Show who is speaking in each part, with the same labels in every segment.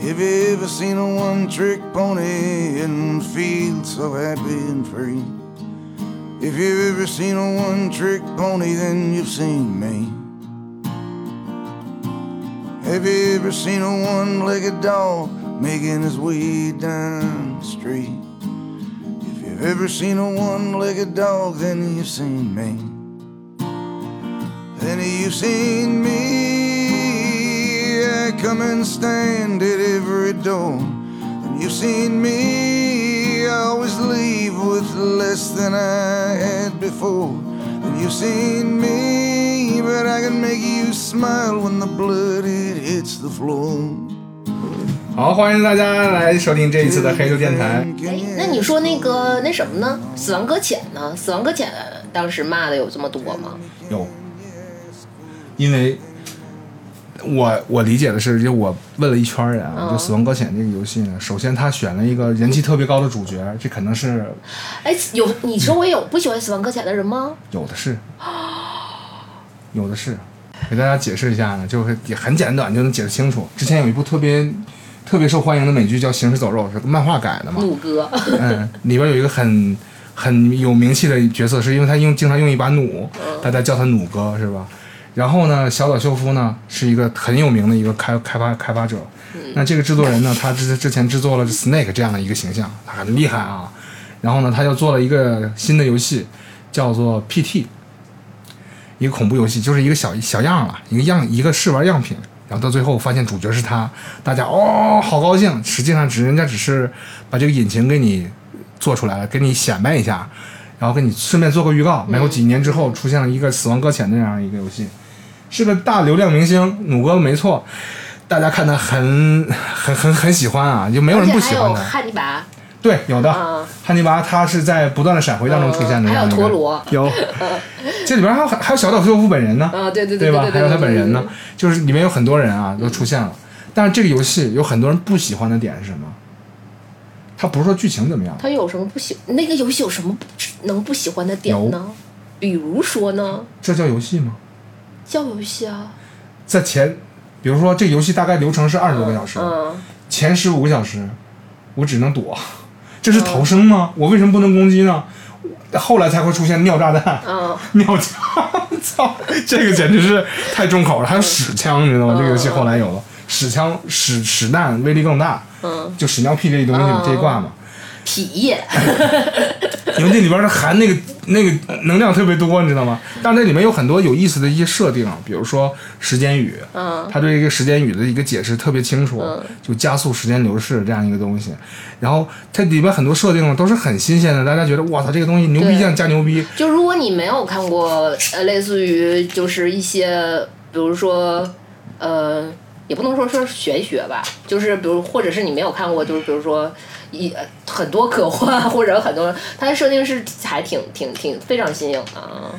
Speaker 1: Have you ever seen a one trick pony and feel so happy and free? If you've ever seen a one trick pony, then you've seen me. Have you ever seen a one legged dog making his way down the street? If you've ever seen a one legged dog, then you've seen me. Then you've seen me. I come and stand at every door. And you've seen me. I always leave with less than I had before. And you've seen me. But I can make you smile when the blood it hits the floor.
Speaker 2: 好，欢迎大家来收听这一次的黑猪电台。
Speaker 3: 哎，那你说那个那什么呢？死亡搁浅呢？死亡搁浅当时骂的有这么多吗？
Speaker 2: 有，因为我我理解的是，就我问了一圈人啊，就《死亡搁浅》这个游戏呢，首先他选了一个人气特别高的主角，这可能是
Speaker 3: 哎，有你周围有不喜欢死亡搁浅的人吗？
Speaker 2: 有的是，有的是。给大家解释一下呢，就是也很简短就能解释清楚。之前有一部特别特别受欢迎的美剧叫《行尸走肉》，是漫画改的嘛，
Speaker 3: 弩哥，
Speaker 2: 嗯，里边有一个很很有名气的角色，是因为他用经常用一把弩，大家叫他弩哥是吧？然后呢，小岛秀夫呢是一个很有名的一个开开发开发者。那这个制作人呢，他之之前制作了 Snake 这样的一个形象，他很厉害啊。然后呢，他又做了一个新的游戏，叫做 PT，一个恐怖游戏，就是一个小小样了，一个样一个试玩样品。然后到最后发现主角是他，大家哦好高兴。实际上只人家只是把这个引擎给你做出来了，给你显摆一下，然后给你顺便做个预告。没有几年之后，出现了一个《死亡搁浅》那样一个游戏，是个大流量明星，弩哥没错，大家看他很很很很喜欢啊，就没有
Speaker 3: 而
Speaker 2: 人
Speaker 3: 且
Speaker 2: 不
Speaker 3: 还
Speaker 2: 喜
Speaker 3: 有
Speaker 2: 欢他。
Speaker 3: 汉尼拔，
Speaker 2: 对，有的、
Speaker 3: 啊
Speaker 2: 汉尼拔，他是在不断的闪回当中出现的
Speaker 3: 嗯
Speaker 2: 这样一个。
Speaker 3: 还有陀螺
Speaker 2: 有，这里边还有还有小岛秀夫本人呢。
Speaker 3: 啊，对对
Speaker 2: 对
Speaker 3: 对
Speaker 2: 吧还
Speaker 3: 对？对
Speaker 2: 有
Speaker 3: 对，
Speaker 2: 他本人呢，就是里面有很多人啊都出现了。但是这个游戏有很多人不喜欢的点是什么？它不是说剧情怎么样，
Speaker 3: 他有什么不喜？那个游戏有什么不能不喜欢的点呢？比如说呢，
Speaker 2: 这叫游戏吗？
Speaker 3: 叫游戏啊，
Speaker 2: 在前，比如说这游戏大概流程是二十多个小时，
Speaker 3: 嗯，
Speaker 2: 前十五个小时我只能躲，这是逃生吗？我为什么不能攻击呢？后来才会出现尿炸弹，
Speaker 3: 嗯
Speaker 2: 尿枪，操，这个简直是太重口了。还有屎枪，你知道吗？这个游戏后来有了屎枪、屎屎弹，威力更大。
Speaker 3: 嗯，
Speaker 2: 就屎尿屁这一东西嘛，这一挂嘛，
Speaker 3: 体液，
Speaker 2: 因为这里边儿它含那个那个能量特别多，你知道吗？但是这里面有很多有意思的一些设定，啊比如说时间雨，
Speaker 3: 嗯
Speaker 2: 它对这个时间雨的一个解释特别清楚
Speaker 3: 嗯，
Speaker 2: 就加速时间流逝这样一个东西。然后它里边很多设定啊都是很新鲜的，大家觉得哇操，这个东西牛逼
Speaker 3: 对
Speaker 2: 像加牛逼，
Speaker 3: 就如果你没有看过，呃，类似于就是一些，比如说，呃，也不能说说玄学吧，就是比如，或者是你没有看过，就是比如说一呃很多科幻或者很多，它的设定是还挺挺挺非常新颖的啊，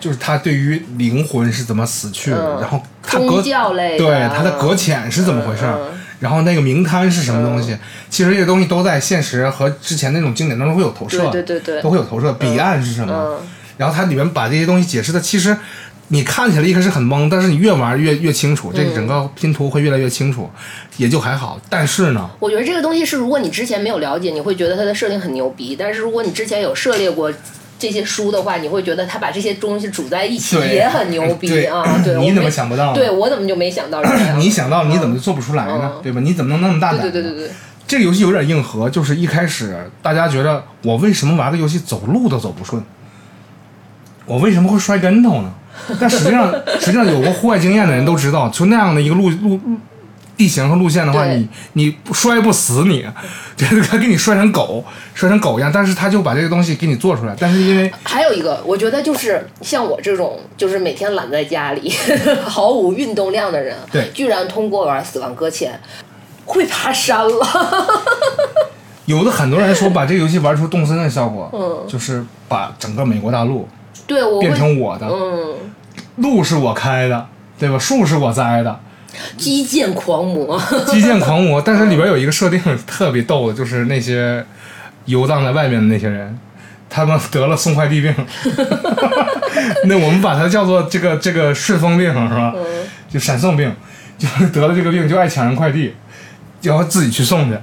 Speaker 2: 就是它对于灵魂是怎么死去，
Speaker 3: 嗯
Speaker 2: 然后它隔
Speaker 3: 宗教类的，
Speaker 2: 对它的
Speaker 3: 嗯
Speaker 2: 搁浅是怎么回事儿
Speaker 3: 嗯嗯，嗯
Speaker 2: 然后那个名摊是什么东西，其实这些东西都在现实和之前那种经典当中会有投射，
Speaker 3: 对对对
Speaker 2: 都
Speaker 3: 对，
Speaker 2: 会有投射。彼岸是什么？
Speaker 3: 嗯
Speaker 2: 然后它里面把这些东西解释的，其实你看起来一开始很懵，但是你越玩越越清
Speaker 3: 嗯
Speaker 2: 楚，这个整个拼图会越来越清楚，也就还好。但是呢，
Speaker 3: 我觉得这个东西是，如果你之前没有了解，你会觉得它的设定很牛逼；但是如果你之前有涉猎过这些书的话，你会觉得他把这些东西组在一起
Speaker 2: 对
Speaker 3: 也很牛逼
Speaker 2: 对
Speaker 3: 啊！对，
Speaker 2: 你怎
Speaker 3: 我
Speaker 2: 么
Speaker 3: 没
Speaker 2: 想不到呢？
Speaker 3: 对我怎么就没想到这 样？
Speaker 2: 你想到你怎么就做不出来呢？
Speaker 3: 嗯
Speaker 2: 对吧？你怎么能那么大胆
Speaker 3: 对
Speaker 2: 呢？
Speaker 3: 对对对对，
Speaker 2: 这个游戏有点硬核，就是一开始大家觉得我为什么玩个游戏走路都走不顺，我为什么会摔跟头呢？但实际上，实际上有过户外经验的人都知道，就那样的一个路路路地形和路线的话，
Speaker 3: 对
Speaker 2: 你你摔不死你， 就是他给你摔成狗，摔成狗一样。但是他就把这个东西给你做出来，但是因为
Speaker 3: 还有一个，我觉得就是像我这种，就是每天懒在家里， 毫无运动量的人，
Speaker 2: 对
Speaker 3: 居然通过玩《死亡搁浅》会爬山了。
Speaker 2: 有的很多人说把这个游戏玩出动森的效果，就是把整个美国大陆
Speaker 3: 对，嗯我
Speaker 2: 变
Speaker 3: 会，
Speaker 2: 成我的，
Speaker 3: 嗯，
Speaker 2: 路是我开的，对吧？树是我栽的。
Speaker 3: 基建狂魔，
Speaker 2: 基建狂魔，但是里边有一个设定特别逗的，就是那些游荡在外面的那些人，他们得了送快递病， 那我们把它叫做这个这个顺风病是吧？就闪送病，就是得了这个病就爱抢人快递。然后自己去送去，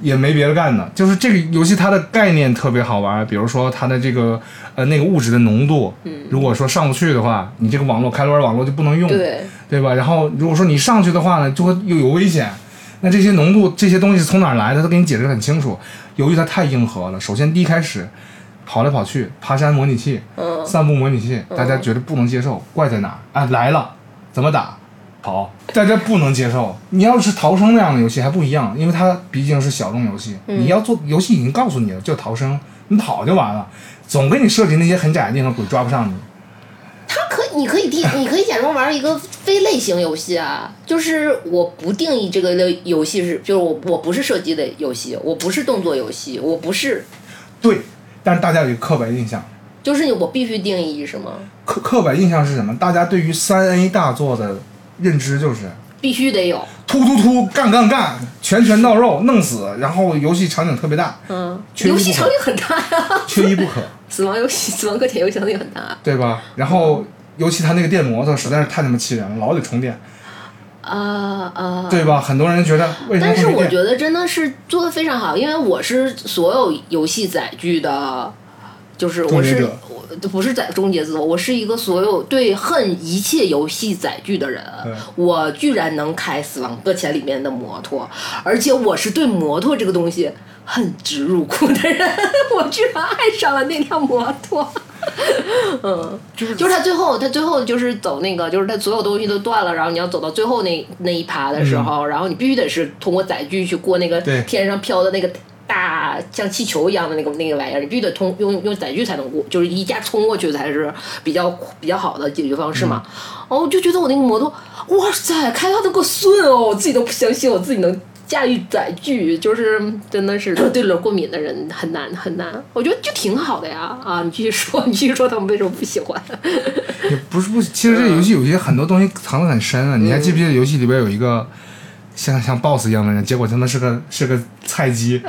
Speaker 2: 也没别的干的。就是这个游戏它的概念特别好玩，比如说它的这个呃那个物质的浓度，如果说上不去的话，你这个网络开罗尔网络就不能用，
Speaker 3: 对，
Speaker 2: 对吧？然后如果说你上去的话呢，就会又有危险。那这些浓度这些东西从哪儿来的，它都给你解释得很清楚。由于它太硬核了，首先第一开始跑来跑去，爬山模拟器，
Speaker 3: 嗯，
Speaker 2: 散步模拟器，大家觉得不能接受，怪在哪儿？啊，来了，怎么打？跑，大家不能接受。你要是逃生那样的游戏还不一样，因为它毕竟是小众游戏。
Speaker 3: 嗯
Speaker 2: 你要做游戏已经告诉你了，就逃生，你跑就完了。总给你设计那些很窄的地方，鬼抓不上你。
Speaker 3: 它可你可以定， 你可以假装玩一个非类型游戏啊，就是我不定义这个类游戏是，就是我我不是射击的游戏，我不是动作游戏，我不是，
Speaker 2: 对，但是大家有一个刻板印象，
Speaker 3: 就是我必须定义是吗？
Speaker 2: 刻刻板印象是什么？大家对于三 A 大作的认知就是
Speaker 3: 必须得有，
Speaker 2: 突突突，干干干，拳拳到肉，弄死，然后游戏场景特别大，
Speaker 3: 嗯，
Speaker 2: 缺一
Speaker 3: 游
Speaker 2: 不可
Speaker 3: 戏场景很大呀、
Speaker 2: 缺一不可。
Speaker 3: 死亡游戏、死亡搁浅游戏场景很大
Speaker 2: 对吧？然后尤其他那个电摩托实在是太他妈气人了，老得充电，
Speaker 3: 啊啊！
Speaker 2: 对吧？很多人觉得为什么
Speaker 3: 但是
Speaker 2: 会没
Speaker 3: 我
Speaker 2: 电？
Speaker 3: 觉得真的是做的非常好，因为我是所有游戏载具的，就是我
Speaker 2: 终结
Speaker 3: 是
Speaker 2: 者
Speaker 3: 我不是在终结者，我是一个所有对恨一切游戏载具的人
Speaker 2: 对。
Speaker 3: 我居然能开《死亡搁浅》里面的摩托，而且我是对摩托这个东西恨之入骨的人， 我居然爱上了那辆摩托。嗯，
Speaker 2: 就是
Speaker 3: 就是他最后，他最后就是走那个，就是他所有东西都断了，然后你要走到最后那那一趴的时候，然后你必须得是通过载具去过那个
Speaker 2: 嗯对
Speaker 3: 天上飘的那个大像气球一样的那个那个玩意儿，你必须得通用用载具才能过，就是一下冲过去才是比较比较好的解决方式
Speaker 2: 嗯
Speaker 3: 嘛。哦，我就觉得我那个摩托，哇塞，开发的够顺哦，我自己都不相信我自己能。驾驭载具就是真 的是对轮过敏的人很难很难，我觉得就挺好的呀啊！你继续说， 你继续说他们为什么不喜欢？
Speaker 2: 也不是不，其实这游戏有些很多东西藏得很深啊。你还记不记得
Speaker 3: 嗯
Speaker 2: 游戏里边有一个像像 BOSS 一样的人，结果他妈是个是个菜鸡，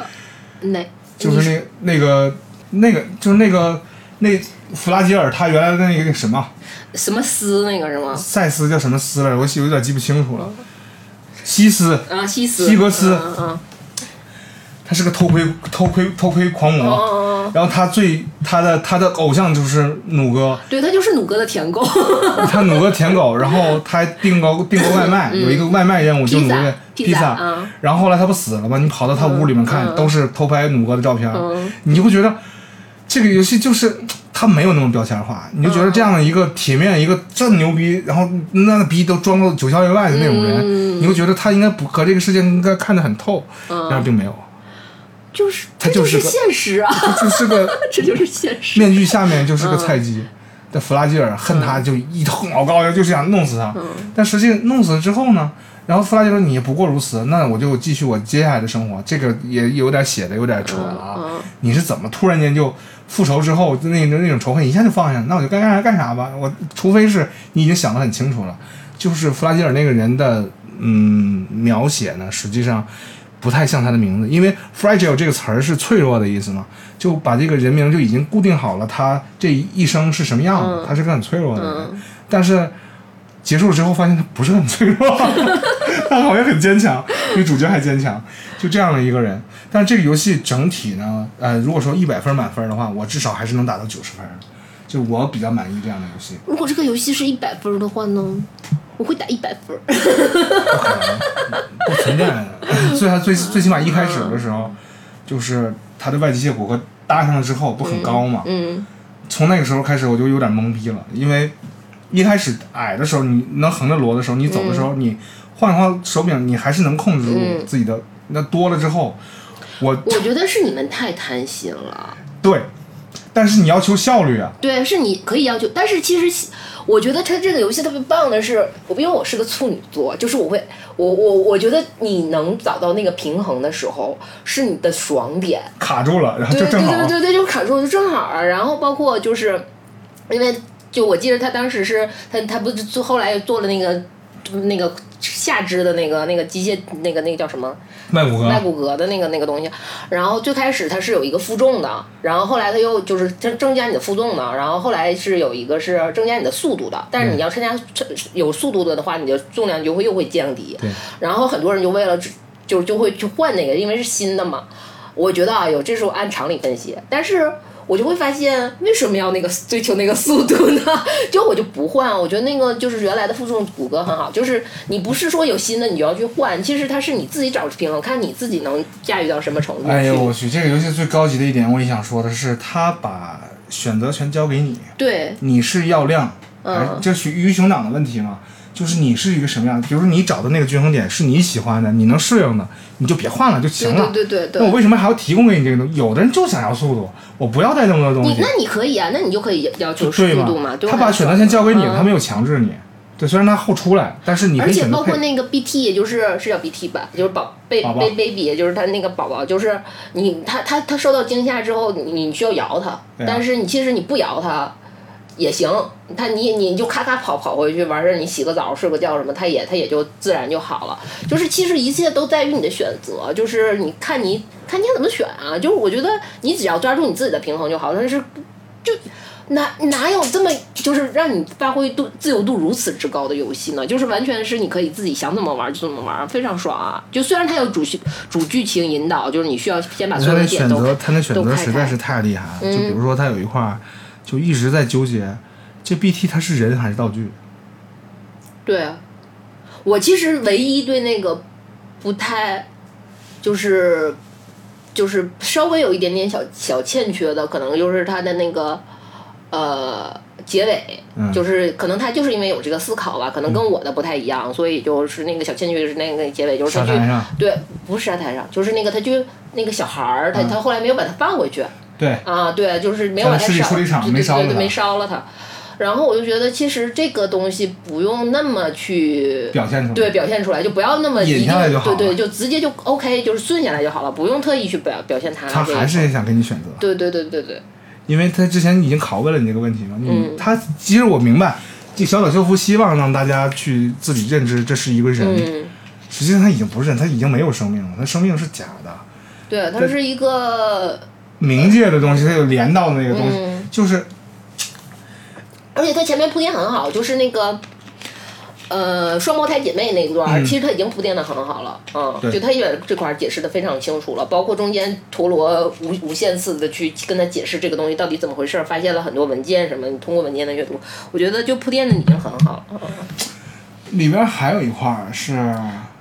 Speaker 3: 嗯那
Speaker 2: 就是那那个那个就是那个那弗拉吉尔他原来的那个什么
Speaker 3: 那什么斯那个是吗？
Speaker 2: 赛斯叫什么斯来着，我有点记不清楚了，西斯。
Speaker 3: 啊，西斯，
Speaker 2: 西格斯
Speaker 3: 嗯嗯
Speaker 2: 他是个偷窥偷窥偷窥狂魔，
Speaker 3: 嗯嗯，嗯
Speaker 2: 然后他最他的他的偶像就是弩哥，
Speaker 3: 对他就是弩哥的舔狗，
Speaker 2: 他努个舔狗，然后他还订个订个外卖，有一个外卖任务就努个
Speaker 3: 嗯披
Speaker 2: 披
Speaker 3: 萨披萨嗯
Speaker 2: 然后后来他不死了吗？你跑到他屋里面看，都是偷拍努哥的照片，
Speaker 3: 嗯
Speaker 2: 你就会觉得这个游戏就是它没有那么标签化，你就觉得这样的一个铁面、一个这么牛逼，然后那个逼都装到九霄云外的那种人，
Speaker 3: 嗯
Speaker 2: 你会觉得他应该不和这个世界应该看得很透，但是并没有，
Speaker 3: 就是
Speaker 2: 他
Speaker 3: 这
Speaker 2: 就
Speaker 3: 就是是
Speaker 2: 个
Speaker 3: 现实啊，
Speaker 2: 他就是个
Speaker 3: 这就是现实。
Speaker 2: 面具下面就是个菜鸡。但弗拉基尔恨他就一通老高，就是想弄死他。但实际弄死了之后呢，然后弗拉基尔说：“你不过如此，那我就继续我接下来的生活。”这个也有点写的有点扯了啊！你是怎么突然间就复仇之后那那种仇恨一下就放下？那我就该干啥干啥吧。我除非是你已经想得很清楚了，就是弗拉基尔那个人的嗯描写呢，实际上不太像他的名字，因为 fragile 这个词儿是脆弱的意思嘛，就把这个人名就已经固定好了，他这一生是什么样子，他是个很脆弱的人，但是结束了之后发现他不是很脆弱，他好像很坚强，比主角还坚强，就这样的一个人。但是这个游戏整体呢，呃，如果说一百分满分的话，我至少还是能打到九十分的，就我比较满意这样的游戏。
Speaker 3: 如果这个游戏是一百分的话呢，我会打一百分。
Speaker 2: 不可能，不存在 的。最最最起码一开始的时候，就是它的外机械骨骼搭上了之后，不很高嘛？
Speaker 3: 嗯
Speaker 2: 从那个时候开始，我就有点懵逼了，因为一开始矮的时候，你能横着挪的时候，你走的时候，你晃一晃手柄，你还是能控制住
Speaker 3: 嗯
Speaker 2: 自己的。那多了之后，我
Speaker 3: 我觉得是你们太贪心了。
Speaker 2: 对，但是你要求效率啊，
Speaker 3: 对，是你可以要求，但是其实我觉得它这个游戏特别棒的是，我因为我是个处女座，就是我会，我我我觉得你能找到那个平衡的时候，是你的爽点。
Speaker 2: 卡住了，然后
Speaker 3: 对
Speaker 2: 啊就
Speaker 3: 对
Speaker 2: 正好
Speaker 3: 对对对，就卡住就正好儿。然后包括就是，因为就我记得他当时是他他不是做后来又做了那个那个下肢的那个那个机械那个那个叫什么
Speaker 2: 外骨
Speaker 3: 外
Speaker 2: 骼，
Speaker 3: 骨骼的那个那个东西。然后最开始它是有一个负重的，然后后来它又就是增增加你的负重的，然后后来是有一个是增加你的速度的。
Speaker 2: 嗯
Speaker 3: 但是你要参加有速度的的话，你的重量就会又会降低。
Speaker 2: 对
Speaker 3: 然后很多人就为了只就就会去换那个，因为是新的嘛。我觉得啊，有这时候按常理分析，但是我就会发现为什么要那个追求那个速度呢？ 就我就不换，我觉得那个就是原来的负重骨骼很好，就是你不是说有新的你就要去换，其实它是你自己找平衡，看你自己能驾驭到什么程度。
Speaker 2: 哎呦我去！这个游戏最高级的一点，我也想说的是，它把选择权交给你，
Speaker 3: 对，
Speaker 2: 你是要量，哎
Speaker 3: 嗯，
Speaker 2: 这是鱼与熊掌的问题嘛？就是你是一个什么样的？比如说你找的那个均衡点是你喜欢的，你能适应的，你就别换了就
Speaker 3: 对
Speaker 2: 行了。
Speaker 3: 对对对对
Speaker 2: 那我。为什么还要提供给你这个东西？有的人就想要速度，我不要带那么多东
Speaker 3: 你
Speaker 2: 西
Speaker 3: 那，你可以啊，那你就可以要求速
Speaker 2: 对
Speaker 3: 度嘛，对吧
Speaker 2: 他把选择权交给你了，
Speaker 3: 嗯
Speaker 2: 他没有强制你。对，虽然他后出来，但是你可
Speaker 3: 而
Speaker 2: 以
Speaker 3: 且
Speaker 2: 选择
Speaker 3: 包括
Speaker 2: 配。
Speaker 3: 那个 BT，也就是是叫 BT 吧，就是宝贝
Speaker 2: 宝宝
Speaker 3: 贝 baby，也就是他那个宝宝，就是你他他他受到惊吓之后，你你需要摇他，
Speaker 2: 对啊
Speaker 3: 但是你其实你不摇他也行，他你你就咔咔跑跑回去完事儿，你洗个澡睡个觉什么，他也他也就自然就好了。就是其实一切都在于你的选择，就是你看你看你怎么选啊。就是我觉得你只要抓住你自己的平衡就好，但是就哪哪有这么就是让你发挥度自由度如此之高的游戏呢？就是完全是你可以自己想怎么玩就怎么玩，非常爽啊！就虽然它有主剧主剧情引导，就是你需要先把所
Speaker 2: 他
Speaker 3: 有
Speaker 2: 的
Speaker 3: 的点
Speaker 2: 选
Speaker 3: 都
Speaker 2: 择，他的选
Speaker 3: 都
Speaker 2: 择
Speaker 3: 开嗯
Speaker 2: 实
Speaker 3: 开
Speaker 2: 在是太厉害了。就比如说，他有一块儿就一直在纠结，这 BT 它是人还是道具？
Speaker 3: 对啊，我其实唯一对那个不太，就是就是稍微有一点点小小欠缺的，可能就是它的那个呃结尾，
Speaker 2: 嗯
Speaker 3: 就是可能他就是因为有这个思考吧，可能跟我的不太一样，所以就是那个小欠缺就是那个结尾，就
Speaker 2: 嗯
Speaker 3: 是
Speaker 2: 沙
Speaker 3: 他去
Speaker 2: 滩上，
Speaker 3: 对，不是沙滩上，就是那个他去那个小孩儿，他、
Speaker 2: 嗯
Speaker 3: 他后来没有把他放回去，
Speaker 2: 对，
Speaker 3: 啊，对，就是没有把它
Speaker 2: 在市里
Speaker 3: 烧，
Speaker 2: 处理厂
Speaker 3: 对
Speaker 2: 没
Speaker 3: 对
Speaker 2: 烧了
Speaker 3: 对
Speaker 2: 它
Speaker 3: 没烧了它。然后我就觉得，其实这个东西不用那么去
Speaker 2: 表现出来。
Speaker 3: 对表现出来，就不要那么
Speaker 2: 引
Speaker 3: 一定
Speaker 2: 下来就好
Speaker 3: 对
Speaker 2: 了
Speaker 3: 对，就直接就 OK，就是顺下来就好了，不用特意去表表现它。
Speaker 2: 他
Speaker 3: 这
Speaker 2: 还
Speaker 3: 个
Speaker 2: 是想给你选择，
Speaker 3: 呃对对对对对，
Speaker 2: 因为他之前已经拷问了你这个问题嘛。你、
Speaker 3: 嗯
Speaker 2: 他其实我明白，这小岛秀夫希望让大家去自己认知这是一个人，
Speaker 3: 嗯，
Speaker 2: 实际上他已经不是人，他已经没有生命了，他生命是假的。
Speaker 3: 对，它是一个，
Speaker 2: 冥界的东西，它有连到的那个东西，
Speaker 3: 嗯，
Speaker 2: 就是
Speaker 3: 而且它前面铺垫很好，就是那个。呃，双胞胎姐妹那一段儿，
Speaker 2: 嗯
Speaker 3: 其实它已经铺垫的很好了，嗯，
Speaker 2: 对
Speaker 3: 就它也这块儿解释的非常清楚了，包括中间陀螺无无限次的去跟他解释这个东西到底怎么回事儿，发现了很多文件什么，你通过文件的阅读，我觉得就铺垫的已经很好了，
Speaker 2: 里边还有一块儿是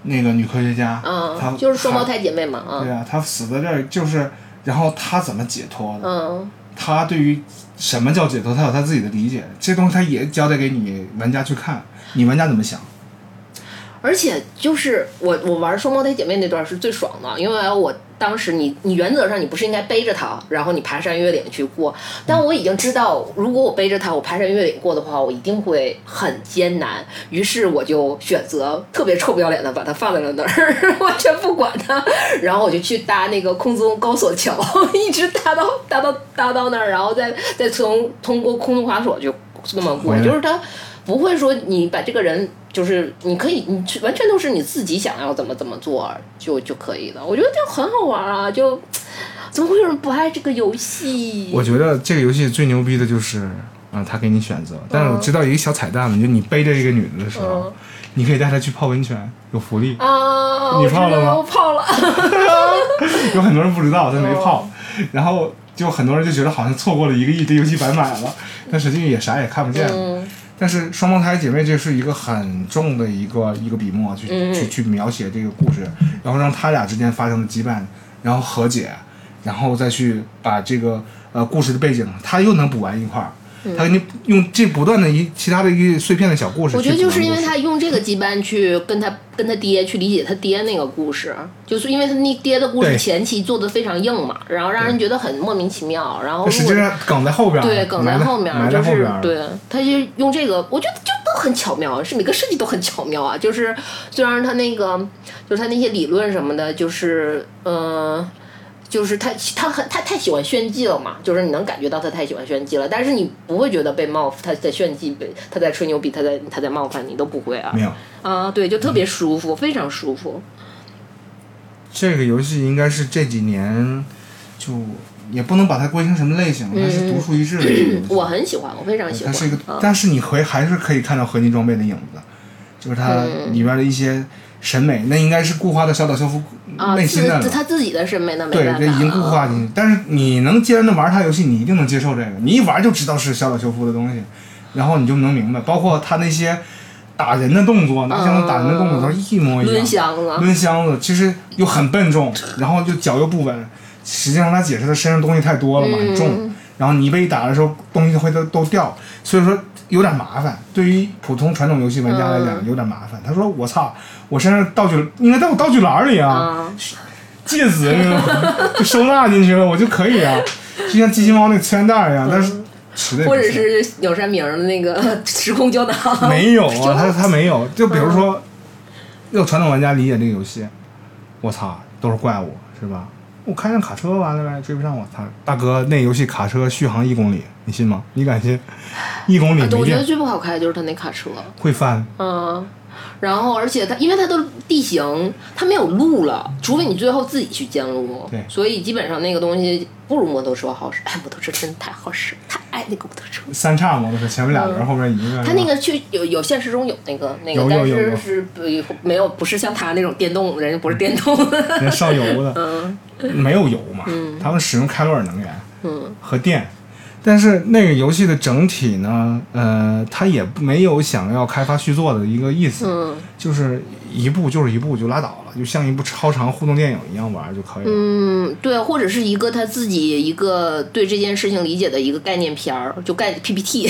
Speaker 2: 那个女科学家，
Speaker 3: 嗯，
Speaker 2: 她
Speaker 3: 嗯就是双胞
Speaker 2: 她
Speaker 3: 胎姐妹嘛，啊
Speaker 2: 对，啊，她死在这儿就是，然后她怎么解脱的？
Speaker 3: 嗯，
Speaker 2: 她对于什么叫解脱，她有她自己的理解，这东西她也交代给你玩家去看，你玩家怎么想？
Speaker 3: 而且就是我我玩双胞胎姐妹那段是最爽的，因为我当时你你原则上你不是应该背着她，然后你爬山越岭去过，但我已经知道，如果我背着她，我爬山越岭过的话，我一定会很艰难。于是我就选择特别臭不要脸的把它放在了那儿， 完全不管它，然后我就去搭那个空中高索桥， 一直搭到搭到搭到那儿，然后再再从通过空中滑索就那么过，
Speaker 2: 回来
Speaker 3: 就是它。不会说你把这个人就是你可以，你去完全都是你自己想要怎么怎么做就就可以了。我觉得这样很好玩啊，就怎么会有人不爱这个游戏？
Speaker 2: 我觉得这个游戏最牛逼的就是，啊、他给你选择，但是我知道一个小彩蛋嘛，就你背着一个女的的时候，你可以带她去泡温泉，有福利。
Speaker 3: 啊，
Speaker 2: 你
Speaker 3: 我知
Speaker 2: 泡了吗
Speaker 3: 道我泡了，
Speaker 2: 有很多人不知道，他
Speaker 3: 哦
Speaker 2: 没泡，然后就很多人就觉得好像错过了一个亿，这游戏白买了，但实际也啥也看不见。
Speaker 3: 嗯
Speaker 2: 但是双胞胎姐妹这是一个很重的一个一个笔墨去、
Speaker 3: 嗯
Speaker 2: 去去描写这个故事，然后让他俩之间发生的羁绊，然后和解，然后再去把这个呃故事的背景，他又能补完一块儿。
Speaker 3: 嗯
Speaker 2: 他给你用这不断的一其他的一碎片的小故事去补
Speaker 3: 我
Speaker 2: 完
Speaker 3: 觉
Speaker 2: 故事，
Speaker 3: 得就是因为他用这个羁绊去跟他跟他爹去理解他爹那个故事，就是因为他那爹的故
Speaker 2: 对
Speaker 3: 事前期做的非常硬嘛，然后让人觉得很莫名其妙，然后如果
Speaker 2: 实际上梗在后边儿，
Speaker 3: 对，梗
Speaker 2: 啊埋
Speaker 3: 在
Speaker 2: 在
Speaker 3: 后面儿，
Speaker 2: 埋在
Speaker 3: 就
Speaker 2: 后
Speaker 3: 是
Speaker 2: 边儿
Speaker 3: 对，他就用这个，我觉得就都很巧妙，啊是每个设计都很巧妙啊。就是虽然他那个，就是他那些理论什么的，就是呃。就是他，他很他太喜欢炫技了嘛，就是你能感觉到他太喜欢炫技了，但是你不会觉得被冒犯，他在炫技，被他在吹牛逼，他在他在冒犯你都不会啊
Speaker 2: 没有。
Speaker 3: 啊，对，就特别舒服，非常舒服。
Speaker 2: 这个游戏应该是这几年就也不能把它归成什么类型，它是独树一帜的一个游戏。
Speaker 3: 我很喜欢，我非常喜
Speaker 2: 它
Speaker 3: 欢。
Speaker 2: 是一个，
Speaker 3: 啊
Speaker 2: 但是你回还是可以看到合金装备的影子，就是它里边的一些审美，那应该是固化到小岛秀夫
Speaker 3: 啊，
Speaker 2: 内心
Speaker 3: 自
Speaker 2: 的了。
Speaker 3: 自他自己的审嗯美那没
Speaker 2: 对
Speaker 3: 办，法，啊
Speaker 2: 这已经固化进去。但是你能既然能玩他游戏，你一定能接受这个。你一玩就知道是小岛秀夫的东西，然后你就能明白，包括他那些打人的动作，拿枪头打人的
Speaker 3: 嗯
Speaker 2: 动作都一模一样。
Speaker 3: 抡箱子，
Speaker 2: 抡箱子，其实又很笨重，然后就脚又不稳。实际上他解释他身上东西太多了嘛，很重，
Speaker 3: 嗯
Speaker 2: 然后你被打的时候东西会都都掉，所以说有点麻烦。对于普通传统游戏玩家来
Speaker 3: 嗯
Speaker 2: 讲有点麻烦。他说我操，我身上道具应该在我道具栏里啊，
Speaker 3: 啊，
Speaker 2: 戒指那种就收纳进去了，我就可以啊，就像机器猫那个磁源袋一样，但是实在不
Speaker 3: 嗯或者
Speaker 2: 行
Speaker 3: 是鸟山明儿的那个 时空胶囊，
Speaker 2: 没有 啊，他他没有。就比
Speaker 3: 嗯
Speaker 2: 如说，要传统玩家理解这个游戏，我操，都是怪物是吧？我开上卡车完了呗，追不上我操！大哥，那游戏卡车续航一公里，你信吗？你敢信？一公里
Speaker 3: 啊对
Speaker 2: 没
Speaker 3: 我觉得
Speaker 2: 电
Speaker 3: 最不好开的就是他那卡车，
Speaker 2: 会翻，
Speaker 3: 嗯，然后而且它因为它的地形它没有路了，除非你最后自己去建路，
Speaker 2: 对
Speaker 3: 所以基本上那个东西不如摩托车好使。哎，摩托车真的太好使，太爱那个摩托车。
Speaker 2: 三叉摩托车，前面俩轮，后面一个。
Speaker 3: 它
Speaker 2: 是吧
Speaker 3: 嗯那个去有有现实中有那个那
Speaker 2: 有有
Speaker 3: 个，但
Speaker 2: 有有
Speaker 3: 是是不没有不是像它那种电动，人家不是电动 的。
Speaker 2: 人上油 的，
Speaker 3: 嗯
Speaker 2: 没有油嘛，他们使用开罗尔能源
Speaker 3: 嗯
Speaker 2: 和电。但是那个游戏的整体呢，呃，它也没有想要开发续作的一个意思，
Speaker 3: 嗯
Speaker 2: 就是一步就是一步就拉倒了，就像一部超长互动电影一样玩就可以了。
Speaker 3: 嗯，对，或者是一个他自己一个对这件事情理解的一个概念片儿，就概 PPT。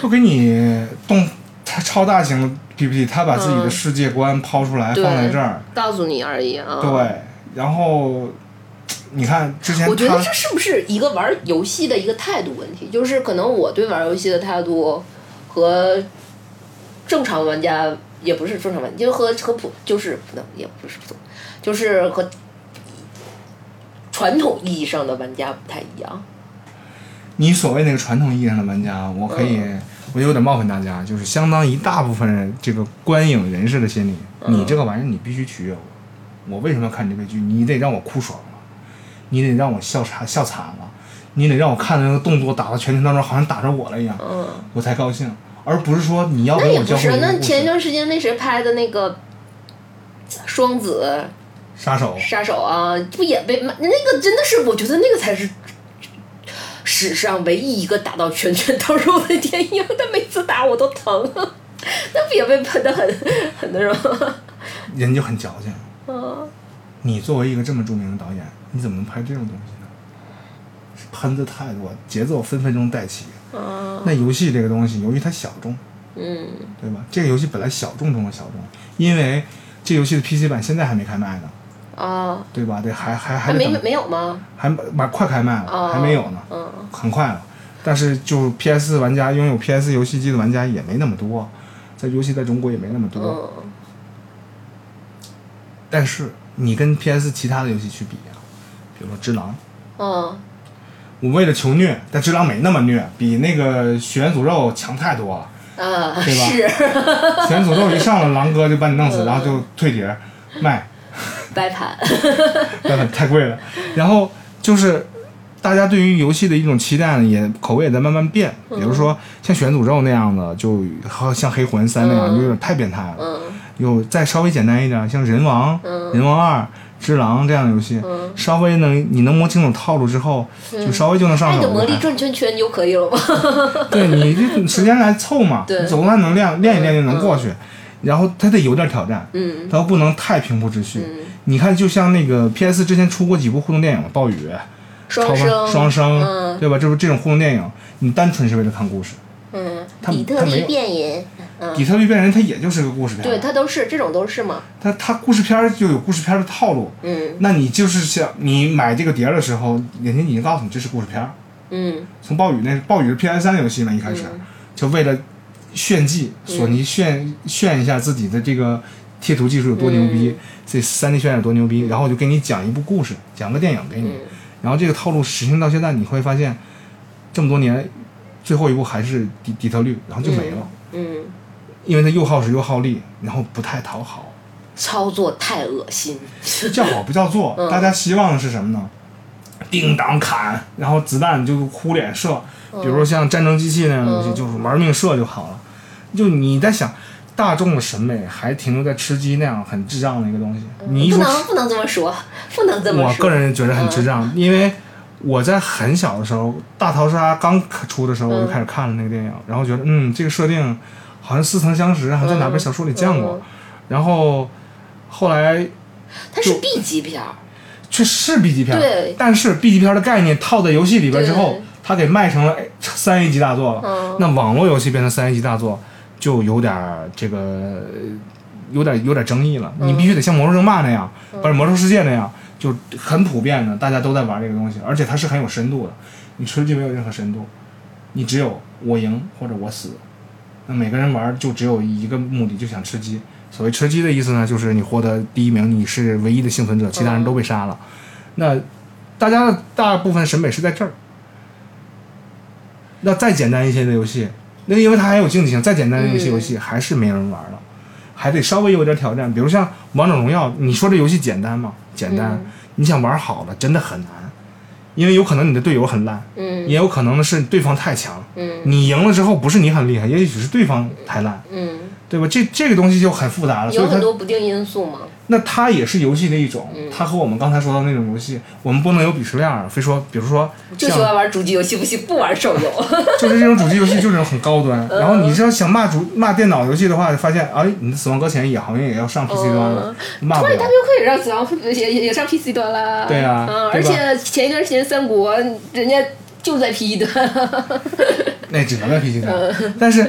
Speaker 2: 就给你动它超大型的 PPT，它把自己的世界观抛出来、
Speaker 3: 对
Speaker 2: 放在这儿，
Speaker 3: 告诉你而已啊。
Speaker 2: 对，然后你看之前
Speaker 3: 我觉得
Speaker 2: 它
Speaker 3: 这是不是一个玩游戏的一个态度问题？就是可能我对玩游戏的态度和正常玩家也不是正常玩家，就和和普就是不能也不是普通，就是和传统意义上的玩家不太一样。
Speaker 2: 你所谓那个传统意义上的玩家，我可以，
Speaker 3: 嗯
Speaker 2: 我有点冒犯大家，就是相当一大部分人这个观影人士的心理，
Speaker 3: 嗯
Speaker 2: 你这个玩意儿你必须取悦我，我为什么要看你这个剧？你得让我哭爽了，你得让我笑惨笑惨了，你得让我看那个动作打到全程当中好像打着我了一样，
Speaker 3: 嗯，
Speaker 2: 我才高兴，而不是说你要
Speaker 3: 那
Speaker 2: 给
Speaker 3: 也
Speaker 2: 啊我
Speaker 3: 不
Speaker 2: 教会
Speaker 3: 是
Speaker 2: 一个。故
Speaker 3: 那前一
Speaker 2: 事。
Speaker 3: 段时间那谁拍的那个双子
Speaker 2: 杀手
Speaker 3: 杀手啊，不也被骂？那个真的是，我觉得那个才是史上唯一一个打到拳拳到肉的电影。他每次打我都疼， 那不也被喷的很很那什么？
Speaker 2: 人就很矫情，
Speaker 3: 嗯，
Speaker 2: 你作为一个这么著名的导演，你怎么能拍这种东西呢？喷子太多，节奏分分钟带起。那游戏这个东西，由于它小众，
Speaker 3: 嗯，
Speaker 2: 对吧？这个游戏本来小众中的小众，因为这游戏的 PC 版现在还没开卖呢，
Speaker 3: 啊，
Speaker 2: 对吧？得还还
Speaker 3: 啊
Speaker 2: 还得
Speaker 3: 没
Speaker 2: 等，
Speaker 3: 没有吗？
Speaker 2: 还蛮快开卖了，
Speaker 3: 啊，
Speaker 2: 还没有呢，
Speaker 3: 嗯，
Speaker 2: 很快了。但是就 PS 玩家拥有 PS 游戏机的玩家也没那么多，在游戏在中国也没那么多。
Speaker 3: 嗯，
Speaker 2: 但是你跟 PS 其他的游戏去比啊，比如说《只狼》，
Speaker 3: 嗯，
Speaker 2: 我为了求虐，但《只狼》没那么虐，比那个《血源诅咒》强太多了。
Speaker 3: 啊，
Speaker 2: 对吧
Speaker 3: 是
Speaker 2: 《血源诅咒》一上来，狼哥就把你弄死，然后就退碟儿卖，
Speaker 3: 白盘，
Speaker 2: 但是太贵了。然后就是大家对于游戏的一种期待呢，也口味也在慢慢变。比如
Speaker 3: 嗯
Speaker 2: 说像《血源诅咒》那样的，就和像《黑魂三》那样，就有点太变态了。
Speaker 3: 嗯
Speaker 2: 有再稍微简单一点，像人王、人王二、只狼这样的游戏，
Speaker 3: 嗯。
Speaker 2: 稍微能你能摸清楚套路之后，就稍微就能上
Speaker 3: 按
Speaker 2: 手
Speaker 3: 着
Speaker 2: 了。
Speaker 3: 魔力转圈圈就可以了吗？
Speaker 2: 对你 这时间来凑嘛，
Speaker 3: 对
Speaker 2: 你总算能练练一练就能过去。然后它得有点挑战，
Speaker 3: 嗯
Speaker 2: 它不能太平铺直叙。
Speaker 3: 嗯，
Speaker 2: 你看，就像那个 PS 之前出过几部互动电影，《暴雨》、
Speaker 3: 双
Speaker 2: 超凡
Speaker 3: 生，
Speaker 2: 双生，
Speaker 3: 嗯
Speaker 2: 对吧？这不这种互动电影，你单纯是为了看故事。
Speaker 3: 嗯，
Speaker 2: 他
Speaker 3: 比特
Speaker 2: 他没
Speaker 3: 币
Speaker 2: 有
Speaker 3: 变人，
Speaker 2: 底特律变人，它也就是个故事片
Speaker 3: 嗯对
Speaker 2: 儿，
Speaker 3: 他都是这种都是嘛，
Speaker 2: 它它故事片儿就有故事片儿的套路。
Speaker 3: 嗯
Speaker 2: 那你就是想你买这个碟儿的时候，人家已经告诉你这是故事片儿。
Speaker 3: 嗯
Speaker 2: 从暴雨那暴雨是 PS 三游戏嘛，一开始、就为了炫技，
Speaker 3: 嗯
Speaker 2: 索尼炫炫一下自己的这个贴图技术有多牛逼，
Speaker 3: 嗯
Speaker 2: 这三 D 渲染有多牛逼，然后我就给你讲一部故事，讲个电影给你，
Speaker 3: 嗯
Speaker 2: 然后这个套路实行到现在，你会发现这么多年，最后一部还是底底特律，然后就没了，
Speaker 3: 嗯，
Speaker 2: 因为它又耗时又耗力，然后不太讨好。
Speaker 3: 操作太恶心，
Speaker 2: 叫好不叫座，
Speaker 3: 嗯
Speaker 2: 大家希望的是什么呢？叮当砍，然后子弹就呼脸
Speaker 3: 嗯
Speaker 2: 射，比如说像战争机器那样的东西，就是玩命射就好了。就你在想，大众的审美还停留在吃鸡那样很智障的一个东西。你一
Speaker 3: 嗯不
Speaker 2: 说
Speaker 3: 能不能这么说，不能这么说。嗯
Speaker 2: 我个人觉得很智障，因为我在很小的时候，《大逃杀》刚出的时候，
Speaker 3: 嗯
Speaker 2: 我就开始看了那个电影，然后觉得嗯，这个设定好像似曾相识，好像在哪
Speaker 3: 嗯
Speaker 2: 本小说里见过。然后后来
Speaker 3: 它是 B 级片儿，
Speaker 2: 却是 B 级片儿，
Speaker 3: 对
Speaker 2: 但是 B 级片儿的概念套在游戏里边之后
Speaker 3: 对，
Speaker 2: 它给卖成了哎三 A 级大作了。
Speaker 3: 嗯
Speaker 2: 那网络游戏变成三 A 级大作，就有点儿这个呃有点有点争议了。你必须得像《魔兽争霸》那样，不是《魔兽世界》那样，就很普遍的，大家都在玩这个东西，而且它是很有深度的。你吃鸡没有任何深度，你只有我赢或者我死。那每个人玩儿就只有一个目的，就想吃鸡。所谓吃鸡的意思呢，就是你获得第一名，你是唯一的幸存者，其他人都被杀了。那大家的大部分审美是在这儿。那再简单一些的游戏，那因为它还有竞技性，再简单的一些游
Speaker 3: 嗯
Speaker 2: 戏还是没人玩了，还得稍微有点挑战。比如像《王者荣耀》，你说这游戏简单吗？简单。
Speaker 3: 嗯
Speaker 2: 你想玩好了，真的很难，因为有可能你的队友很烂，
Speaker 3: 嗯
Speaker 2: 也有可能是对方太强。
Speaker 3: 嗯
Speaker 2: 你赢了之后，不是你很厉害，也许是对方太烂，
Speaker 3: 嗯，
Speaker 2: 对吧？这这个东西就很复杂了，啊所
Speaker 3: 有
Speaker 2: 以它
Speaker 3: 很多不定因素嘛。
Speaker 2: 那它也是游戏的一种，
Speaker 3: 嗯
Speaker 2: 它和我们刚才说到那种游戏，我们不能有鄙视链儿，非说，比如说
Speaker 3: 就
Speaker 2: 像
Speaker 3: 喜欢玩主机游戏，不喜 不玩手游。
Speaker 2: 就是这种主机游戏就是很高端，
Speaker 3: 嗯
Speaker 2: 然后你要想骂主骂电脑游戏的话，发现哎，你的《死亡搁浅》也好像也要上 PC 端了，骂不
Speaker 3: 突然
Speaker 2: 了
Speaker 3: 大。镖客也让死亡也也也上 PC 端啦。
Speaker 2: 啊对啊
Speaker 3: 嗯，
Speaker 2: 对
Speaker 3: 而
Speaker 2: 吧
Speaker 3: 且前一段时间三国人家就在 PE 端。
Speaker 2: 那只能在 PC 端。
Speaker 3: 嗯
Speaker 2: 但是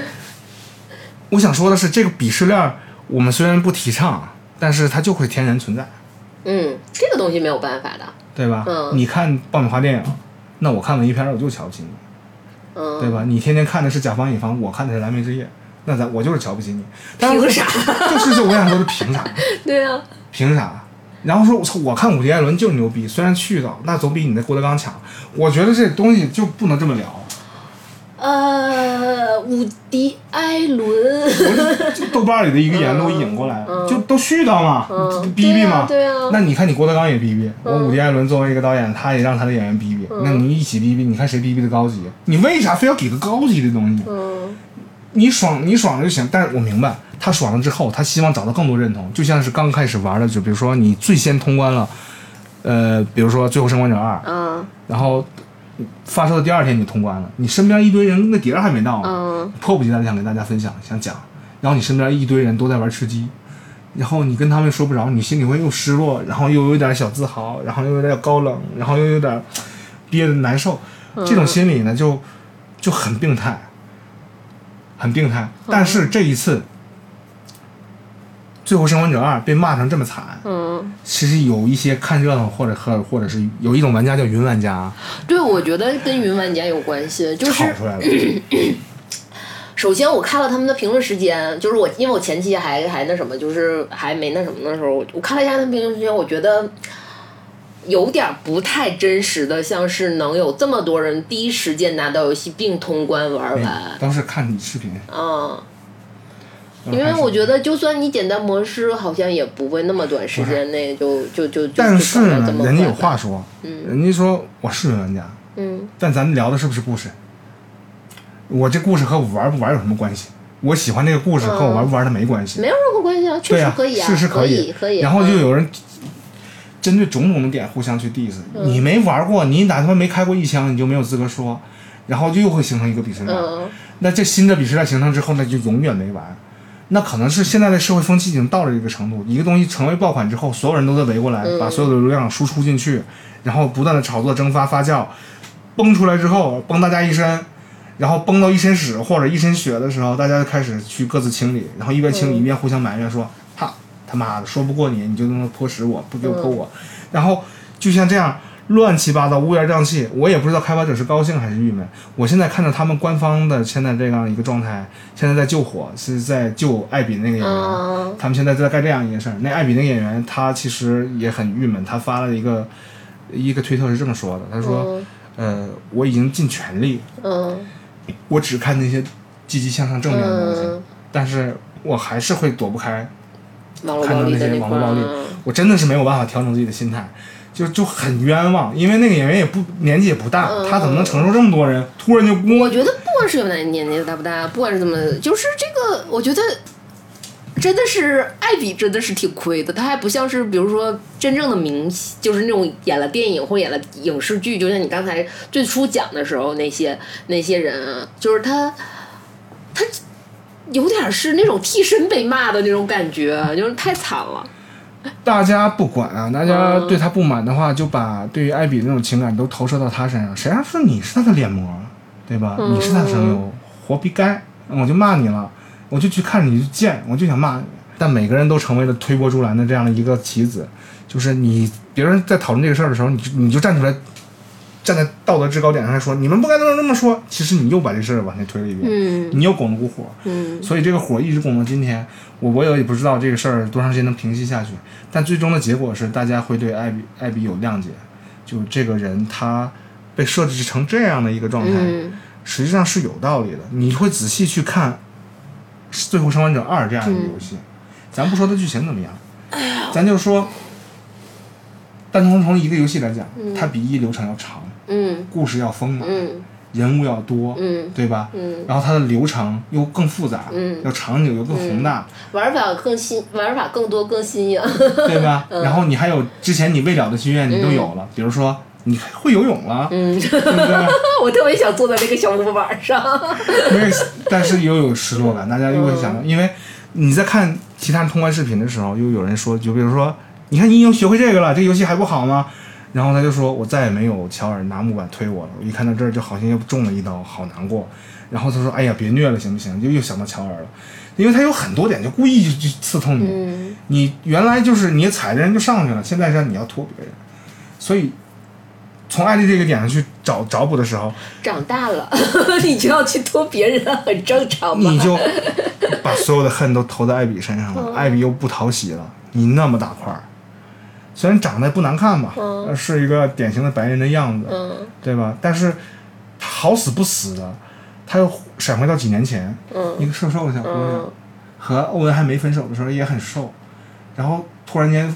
Speaker 2: 我想说的是，这个鄙视链儿我们虽然不提倡，但是它就会天然存在，
Speaker 3: 嗯，这个东西没有办法的。
Speaker 2: 对吧？
Speaker 3: 嗯
Speaker 2: 你看爆米花电影，那我看文艺片儿我就瞧不起你。
Speaker 3: 嗯，
Speaker 2: 对吧？你天天看的是甲方乙方，我看的是蓝莓之夜，那咱我就是瞧不起你。 但是
Speaker 3: 凭啥
Speaker 2: 就是就我想说的凭啥？
Speaker 3: 对啊，
Speaker 2: 凭啥？然后说我操，我看伍迪·艾伦就是牛逼，虽然絮叨，那总比你那郭德纲强。我觉得这东西就不能这么聊，
Speaker 3: 呃，伍迪·艾伦。
Speaker 2: 就豆瓣里的一个言论引过来，就都絮叨嘛，
Speaker 3: 嗯
Speaker 2: 就逼逼嘛。
Speaker 3: 对啊对嗯啊
Speaker 2: 那你看你郭德纲也逼逼，我伍迪·艾伦作为一个导演，他也让他的演员逼逼，
Speaker 3: 嗯
Speaker 2: 那你一起逼逼，你看谁逼逼的高级？你为啥非要给个高级的东西？
Speaker 3: 嗯
Speaker 2: 你爽你爽就行，但是我明白，他爽了之后，他希望找到更多认同，就像是刚开始玩的，就比如说你最先通关了，呃，比如说《最后生还者二》，
Speaker 3: 嗯
Speaker 2: 然后发售的第二天你通关了，你身边一堆人那碟儿还没到呢，
Speaker 3: 嗯
Speaker 2: 迫不及待的想给大家分享，想讲，然后你身边一堆人都在玩吃鸡，然后你跟他们说不着，你心里会又失落，然后又有点小自豪，然后又有点高冷，然后又有点憋得难受，
Speaker 3: 嗯
Speaker 2: 这种心理呢就就很病态，很病态。
Speaker 3: 嗯
Speaker 2: 但是这一次，《最后生还者二》被骂成这么惨，
Speaker 3: 嗯，
Speaker 2: 其实有一些看热闹或者和或者是有一种玩家叫云玩家
Speaker 3: 对，我觉得跟云玩家有关系，就
Speaker 2: 炒
Speaker 3: 是
Speaker 2: 出 来了，
Speaker 3: 首先我看了他们的评论时间，就是我因为我前期还还那什么，就是还没那什么的时候，我我看了一下他们评论时间，我觉得有点不太真实的，像是能有这么多人第一时间拿到游戏并通关玩完，
Speaker 2: 都是看视频，
Speaker 3: 嗯。
Speaker 2: 都是
Speaker 3: 因
Speaker 2: 看
Speaker 3: 为
Speaker 2: 视频
Speaker 3: 我觉得，就算你简单模式，好像也不会那么短时间内就就就就
Speaker 2: 但
Speaker 3: 就是搞到这
Speaker 2: 呢，
Speaker 3: 么嗯
Speaker 2: 人家有
Speaker 3: 快
Speaker 2: 话说，人家说我是云玩家，
Speaker 3: 嗯
Speaker 2: 但咱们聊的是不是故事？我这故事和我玩不玩有什么关系？我喜欢这个故事和我玩不玩它没关系。
Speaker 3: 没有任何关系啊，嗯确
Speaker 2: 对
Speaker 3: 实
Speaker 2: 呀、
Speaker 3: 可以啊，
Speaker 2: 是是
Speaker 3: 可
Speaker 2: 以，
Speaker 3: 可以。
Speaker 2: 然后就
Speaker 3: 嗯
Speaker 2: 有人针对种种的点互相去 diss，、你
Speaker 3: 嗯
Speaker 2: 没玩过，你哪他妈没开过一枪，你就没有资格说，然后就又会形成一个鄙视链。
Speaker 3: 嗯
Speaker 2: 那这新的鄙视链形成之后，那就永远没完。那可能是现在的社会风气已经到了一个程度，一个东西成为爆款之后，所有人都在围过来，把所有的流量输出进去，然后不断的炒作、蒸发、发酵，崩出来之后，崩大家一身，然后崩到一身屎或者一身血的时候，大家就开始去各自清理，然后一边清理一边互相埋怨说：“哈，他妈的，说不过你，你就那么泼屎我，不给我泼我。然后就像这样乱七八糟、乌烟瘴气，我也不知道开发者是高兴还是郁闷。我现在看着他们官方的现在这样一个状态，现在在救火，是在救艾比那个演员。
Speaker 3: 嗯
Speaker 2: 他们现在在干这样一件事儿。那艾比那个演员，他其实也很郁闷，他发了一个一个推特是这么说的，他说：“呃，我已经尽全力，
Speaker 3: 嗯
Speaker 2: 我只看那些积极向上、正面的东西，
Speaker 3: 嗯
Speaker 2: 但是我还是会躲不开
Speaker 3: 网络
Speaker 2: 看
Speaker 3: 暴
Speaker 2: 到
Speaker 3: 力
Speaker 2: 那
Speaker 3: 的
Speaker 2: 些
Speaker 3: 那
Speaker 2: 网
Speaker 3: 块
Speaker 2: 络暴力
Speaker 3: 儿，嗯
Speaker 2: 我真的是没有办法调整自己的心态。”就就很冤枉，因为那个演员也不年纪也不大，他怎么能承受这么多人突然就
Speaker 3: 嗯我
Speaker 2: 咣？
Speaker 3: 觉得不管是有哪年纪大不大，不管是怎么，就是这个，我觉得真的是艾比真的是挺亏的，他还不像是比如说真正的明星，就是那种演了电影或演了影视剧，就像你刚才最初讲的时候那些那些人啊，就是他他有点是那种替身被骂的那种感觉，啊就是太惨了。
Speaker 2: 大家不管啊，大家
Speaker 3: 嗯
Speaker 2: 对他不满的话，就把对于艾比的那种情感都投射到他身上。谁让说你是他的脸模，对吧？
Speaker 3: 嗯
Speaker 2: 你是他的声优，活逼该！我就骂你了，我就去看你就贱，我就想骂你。但每个人都成为了推波助澜的这样的一个棋子，就是你别人在讨论这个事儿的时候，你就你就站出来，站在道德制高点上来说，你们不该这么这么说。其实你又把这事儿往前推了一遍，
Speaker 3: 嗯
Speaker 2: 你又拱了股火。
Speaker 3: 嗯
Speaker 2: 所以这个火一直拱到今天，我我也不知道这个事儿多长时间能平息下去，但最终的结果是大家会对艾比艾比有谅解，就这个人他被设置成这样的一个状态，
Speaker 3: 嗯
Speaker 2: 实际上是有道理的。你会仔细去看《最后生还者二》这样一个
Speaker 3: 嗯
Speaker 2: 游戏，咱不说它剧情怎么样，咱就说，单从从一个游戏来讲，它比一流程要长，
Speaker 3: 嗯
Speaker 2: 故事要丰满，
Speaker 3: 嗯
Speaker 2: 人物要多，
Speaker 3: 嗯
Speaker 2: 对吧？
Speaker 3: 嗯，
Speaker 2: 然后它的流程又更复杂，
Speaker 3: 嗯
Speaker 2: 要场景又更宏大，
Speaker 3: 玩法更新，玩法更多更新颖。
Speaker 2: 对吧？
Speaker 3: 嗯
Speaker 2: 然后你还有之前你未了的心愿你都有了，比如说你会游泳了，
Speaker 3: 嗯，
Speaker 2: 对不对？
Speaker 3: 我特别想坐在那个小木板上。
Speaker 2: 没有，但是又有失落感，大家又会想到，因为你在看其他人通关视频的时候，又有人说，就比如说，你看你已经学会这个了，这个游戏还不好吗？然后他就说，我再也没有乔尔拿木板推我了，我一看到这儿就好像又中了一刀，好难过。然后他说，哎呀，别虐了，行不行？就又想到乔尔了，因为他有很多点就故意就去刺痛你。
Speaker 3: 嗯
Speaker 2: 你原来就是你踩着人就上去了，现在是你要拖别人，所以从艾丽这个点上去找找补的时候，
Speaker 3: 长大了， 你就要去拖别人，很正常嘛。
Speaker 2: 你就把所有的恨都投在艾比身上
Speaker 3: 嗯
Speaker 2: 了，艾比又不讨喜了，你那么大块儿，虽然长得不难看吧，
Speaker 3: 嗯
Speaker 2: 呃是一个典型的白人的样子，
Speaker 3: 嗯
Speaker 2: 对吧？但是他好死不死的，他又闪回到几年前，一
Speaker 3: 嗯
Speaker 2: 个瘦瘦的小姑娘。
Speaker 3: 嗯
Speaker 2: 和欧文还没分手的时候也很瘦，然后突然间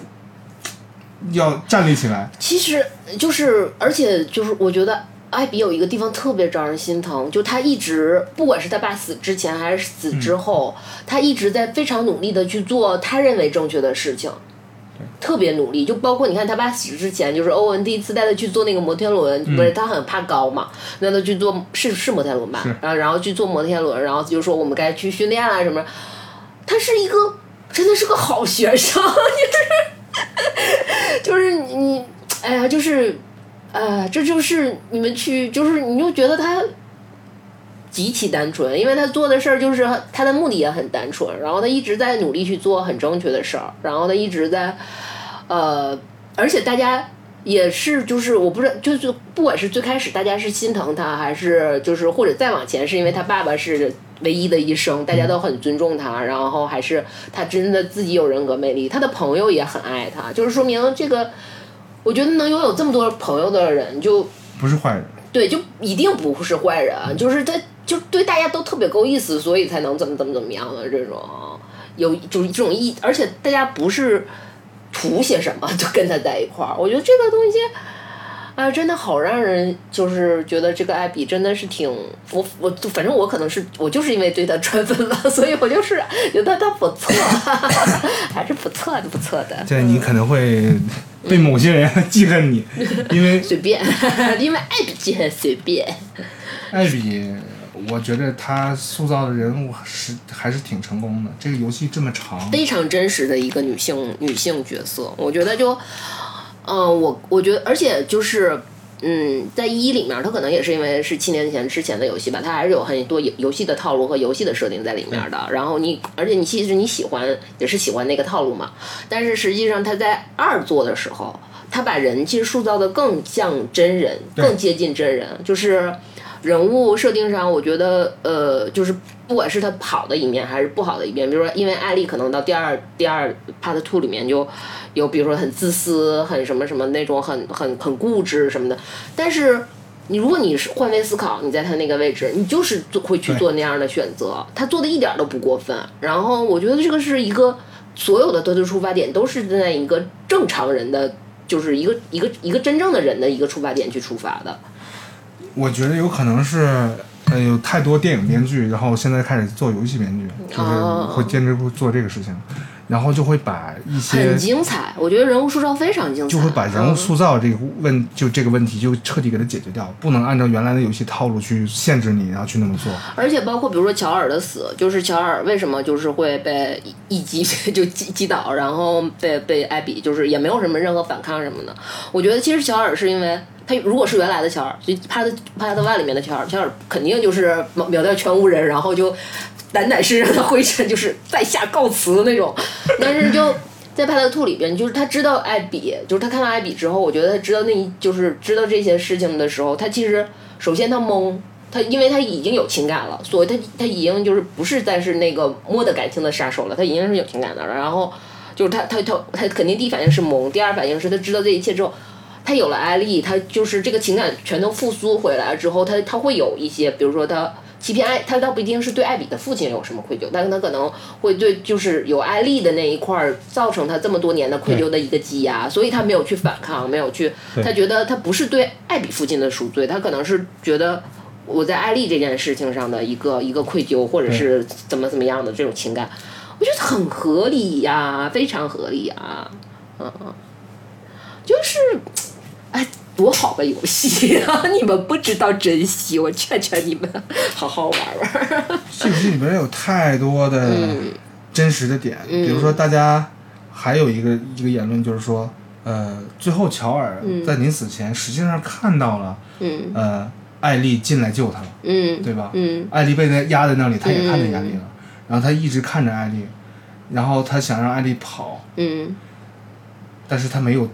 Speaker 2: 要站立起来，
Speaker 3: 其实就是，而且就是，我觉得艾比有一个地方特别招人心疼，就他一直，不管是他爸死之前还是死之后，他一直在非常努力的去做他认为正确的事情。特别努力，就包括你看他爸死之前，就是欧文第一次带他去坐那个摩天轮，不是他很怕高嘛，让他去坐是是摩天轮吧
Speaker 2: 是，
Speaker 3: 然后然后去坐摩天轮，然后就说我们该去训练啊什么，他是一个真的是个好学生， 就是就是你，哎呀，就是，呃，这就是你们去，就是你就觉得他极其单纯，因为他做的事儿就是他的目的也很单纯，然后他一直在努力去做很正确的事儿，然后他一直在，呃，而且大家。也是，就是我不知道，就是不管是最开始大家是心疼他，还是就是或者再往前，是因为他爸爸是唯一的医生，大家都很尊重他，然后还是他真的自己有人格魅力，他的朋友也很爱他，就是说明这个，我觉得能拥有这么多朋友的人就
Speaker 2: 不是坏人。
Speaker 3: 对，就一定不是坏人，就是他就对大家都特别够意思，所以才能怎么怎么怎么样的啊这种，有就是这种意，而且大家不是图些什么就跟他在一块儿，我觉得这个东西。哎，真的好让人就是觉得这个艾比真的是挺我我反正我可能是我就是因为对他传粉了， 所以我就是觉得他不错， 还是不错的不错的，
Speaker 2: 这你可能会被某些人 记恨你，因为
Speaker 3: 随便， 因为艾比就很随便，
Speaker 2: 艾比，我觉得他塑造的人物是还是挺成功的。这个游戏这么长，
Speaker 3: 非常真实的一个女性女性角色，我觉得就，嗯、我我觉得，而且就是，嗯，在一里面，它可能也是因为是七年前之前的游戏吧，它还是有很多游游戏的套路和游戏的设定在里面的。然后你，而且你其实你喜欢也是喜欢那个套路嘛，但是实际上他在二做的时候，他把人其实塑造的更像真人，
Speaker 2: 对
Speaker 3: 更接近真人，就是。人物设定上，我觉得呃，就是不管是他好的一面还是不好的一面，比如说，因为艾丽可能到第二第二 part two 里面就有，比如说很自私、很什么什么那种很很很固执什么的，但是。你如果你是换位思考，你在他那个位置，你就是做会去
Speaker 2: 对
Speaker 3: 做那样的选择。他做的一点儿都不过分。然后我觉得这个是一个所有的他的出发点都是站在一个正常人的，就是一个一个一个真正的人的一个出发点去出发的。
Speaker 2: 我觉得有可能是呃，有太多电影编剧，然后现在开始做游戏编剧，就是
Speaker 3: 哦
Speaker 2: 会兼职做这个事情，然后就会把一些
Speaker 3: 很精彩，我觉得人物塑造非常精彩，嗯
Speaker 2: 就会把人物塑造这个问就这个问题就彻底给它解决掉，不能按照原来的游戏套路去限制你，然后去那么做。
Speaker 3: 而且包括比如说乔尔的死，就是乔尔为什么就是会被一击 就击击倒，然后被被艾比就是也没有什么任何反抗什么的。我觉得其实乔尔是因为他如果是原来的乔尔，就帕特帕特万里面的乔尔，乔尔肯定就是秒秒掉全屋人，然后就掸掸身上的灰尘，就是在下告辞那种。但是就。在派特兔里边，就是他知道艾比，就是他看到艾比之后，我觉得他知道那一就是知道这些事情的时候，他其实首先他懵，他因为他已经有情感了，所以他他已经就是不是再是那个摸得感情的杀手了，他已经是有情感的了。然后就是他他他他肯定第一反应是懵，第二反应是他知道这一切之后，他有了艾丽，他就是这个情感全都复苏回来之后，他他会有一些，比如说他欺骗艾，他倒不一定是对艾比的父亲有什么愧疚，但是他可能会对就是有艾丽的那一块儿造成他这么多年的愧疚的一个积压，所以他没有去反抗，没有去，
Speaker 2: 对
Speaker 3: 他觉得他不是对艾比父亲的赎罪，他可能是觉得。我在艾丽这件事情上的一个一个愧疚，或者是怎么怎么样的这种情感，我觉得很合理呀、非常合理呀、嗯嗯，就是哎，多好个游戏 啊！你们不知道珍惜，我劝劝你们，好好玩玩。
Speaker 2: 这游戏里边有太多的
Speaker 3: 嗯
Speaker 2: 真实的点，比如说大家还有一个一个言论就是说，呃，最后乔尔在临死前实际上看到了，
Speaker 3: 嗯
Speaker 2: 呃，艾丽进来救他了，
Speaker 3: 嗯
Speaker 2: 对吧？
Speaker 3: 嗯
Speaker 2: 艾丽被那压在那里，他也看见
Speaker 3: 嗯
Speaker 2: 艾丽了，然后他一直看着艾丽，然后他想让艾丽跑，
Speaker 3: 嗯，
Speaker 2: 但是他没有，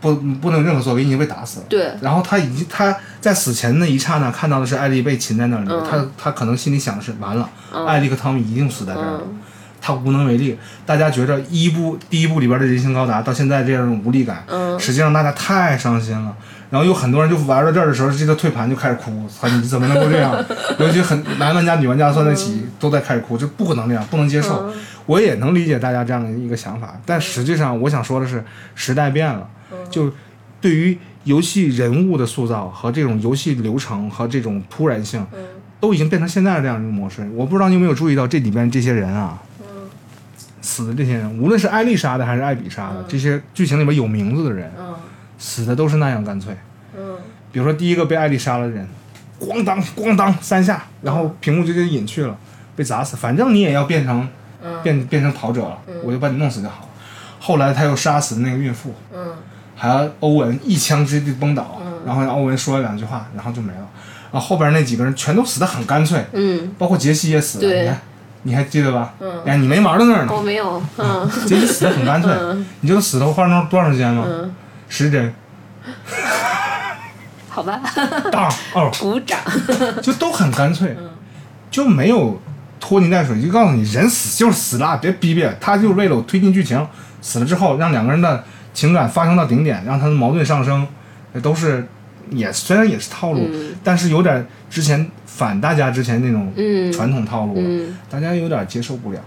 Speaker 2: 不不能有任何作为，已经被打死了。
Speaker 3: 对
Speaker 2: 然后他已经他在死前那一刹那看到的是艾丽被擒在那里，
Speaker 3: 嗯
Speaker 2: 他他可能心里想的是完了，艾丽和汤米一定死在这儿了，
Speaker 3: 嗯
Speaker 2: 他无能为力。大家觉着一部第一部里边的人性高达到现在这样一种无力感，
Speaker 3: 嗯
Speaker 2: 实际上大家太伤心了。然后有很多人就玩到这儿的时候，这个退盘就开始哭，操，你怎么能够这样？尤其很男玩家、女玩家算在一起，都在开始哭，这不可能这样，不能接受。我也能理解大家这样的一个想法，但实际上我想说的是，时代变了，就对于游戏人物的塑造和这种游戏流程和这种突然性，都已经变成现在这样一种模式。我不知道你有没有注意到这里边这些人啊，死的这些人，无论是艾丽杀的还是艾比
Speaker 3: 嗯
Speaker 2: 杀的，这些剧情里面有名字的人，死的都是那样干脆。
Speaker 3: 嗯
Speaker 2: 比如说第一个被艾丽杀了的人，咣当咣当三下，然
Speaker 3: 嗯
Speaker 2: 后屏幕就给隐去了，被砸死。反正你也要变成，
Speaker 3: 嗯
Speaker 2: 变变成逃者了，我就把你弄死就好了。后来他又杀死那个孕妇，
Speaker 3: 嗯
Speaker 2: 还有欧文一枪直接就崩倒，然后欧文说了两句话，然后就没了。然后后边那几个人全都死的很干脆，
Speaker 3: 嗯，
Speaker 2: 包括杰西也死了，
Speaker 3: 对哦
Speaker 2: 你看，你还记得吧？嗯，哎，你没玩到那儿呢
Speaker 3: 我，没有，嗯，
Speaker 2: 杰西死的很干脆，你知道死了花了多长时间吗？
Speaker 3: 嗯
Speaker 2: 十帧，
Speaker 3: 好吧，
Speaker 2: 当哦，
Speaker 3: 鼓掌。 嗯
Speaker 2: 就都很干脆，就没有拖泥带水，就告诉你人死就是死了，别逼逼。他就是为了推进剧情，死了之后让两个人的情感发生到顶点，让他的矛盾上升，这都是也虽然也是套路，但是有点之前反大家之前那种
Speaker 3: 嗯
Speaker 2: 传统套路了，
Speaker 3: 嗯
Speaker 2: 大家有点接受不了，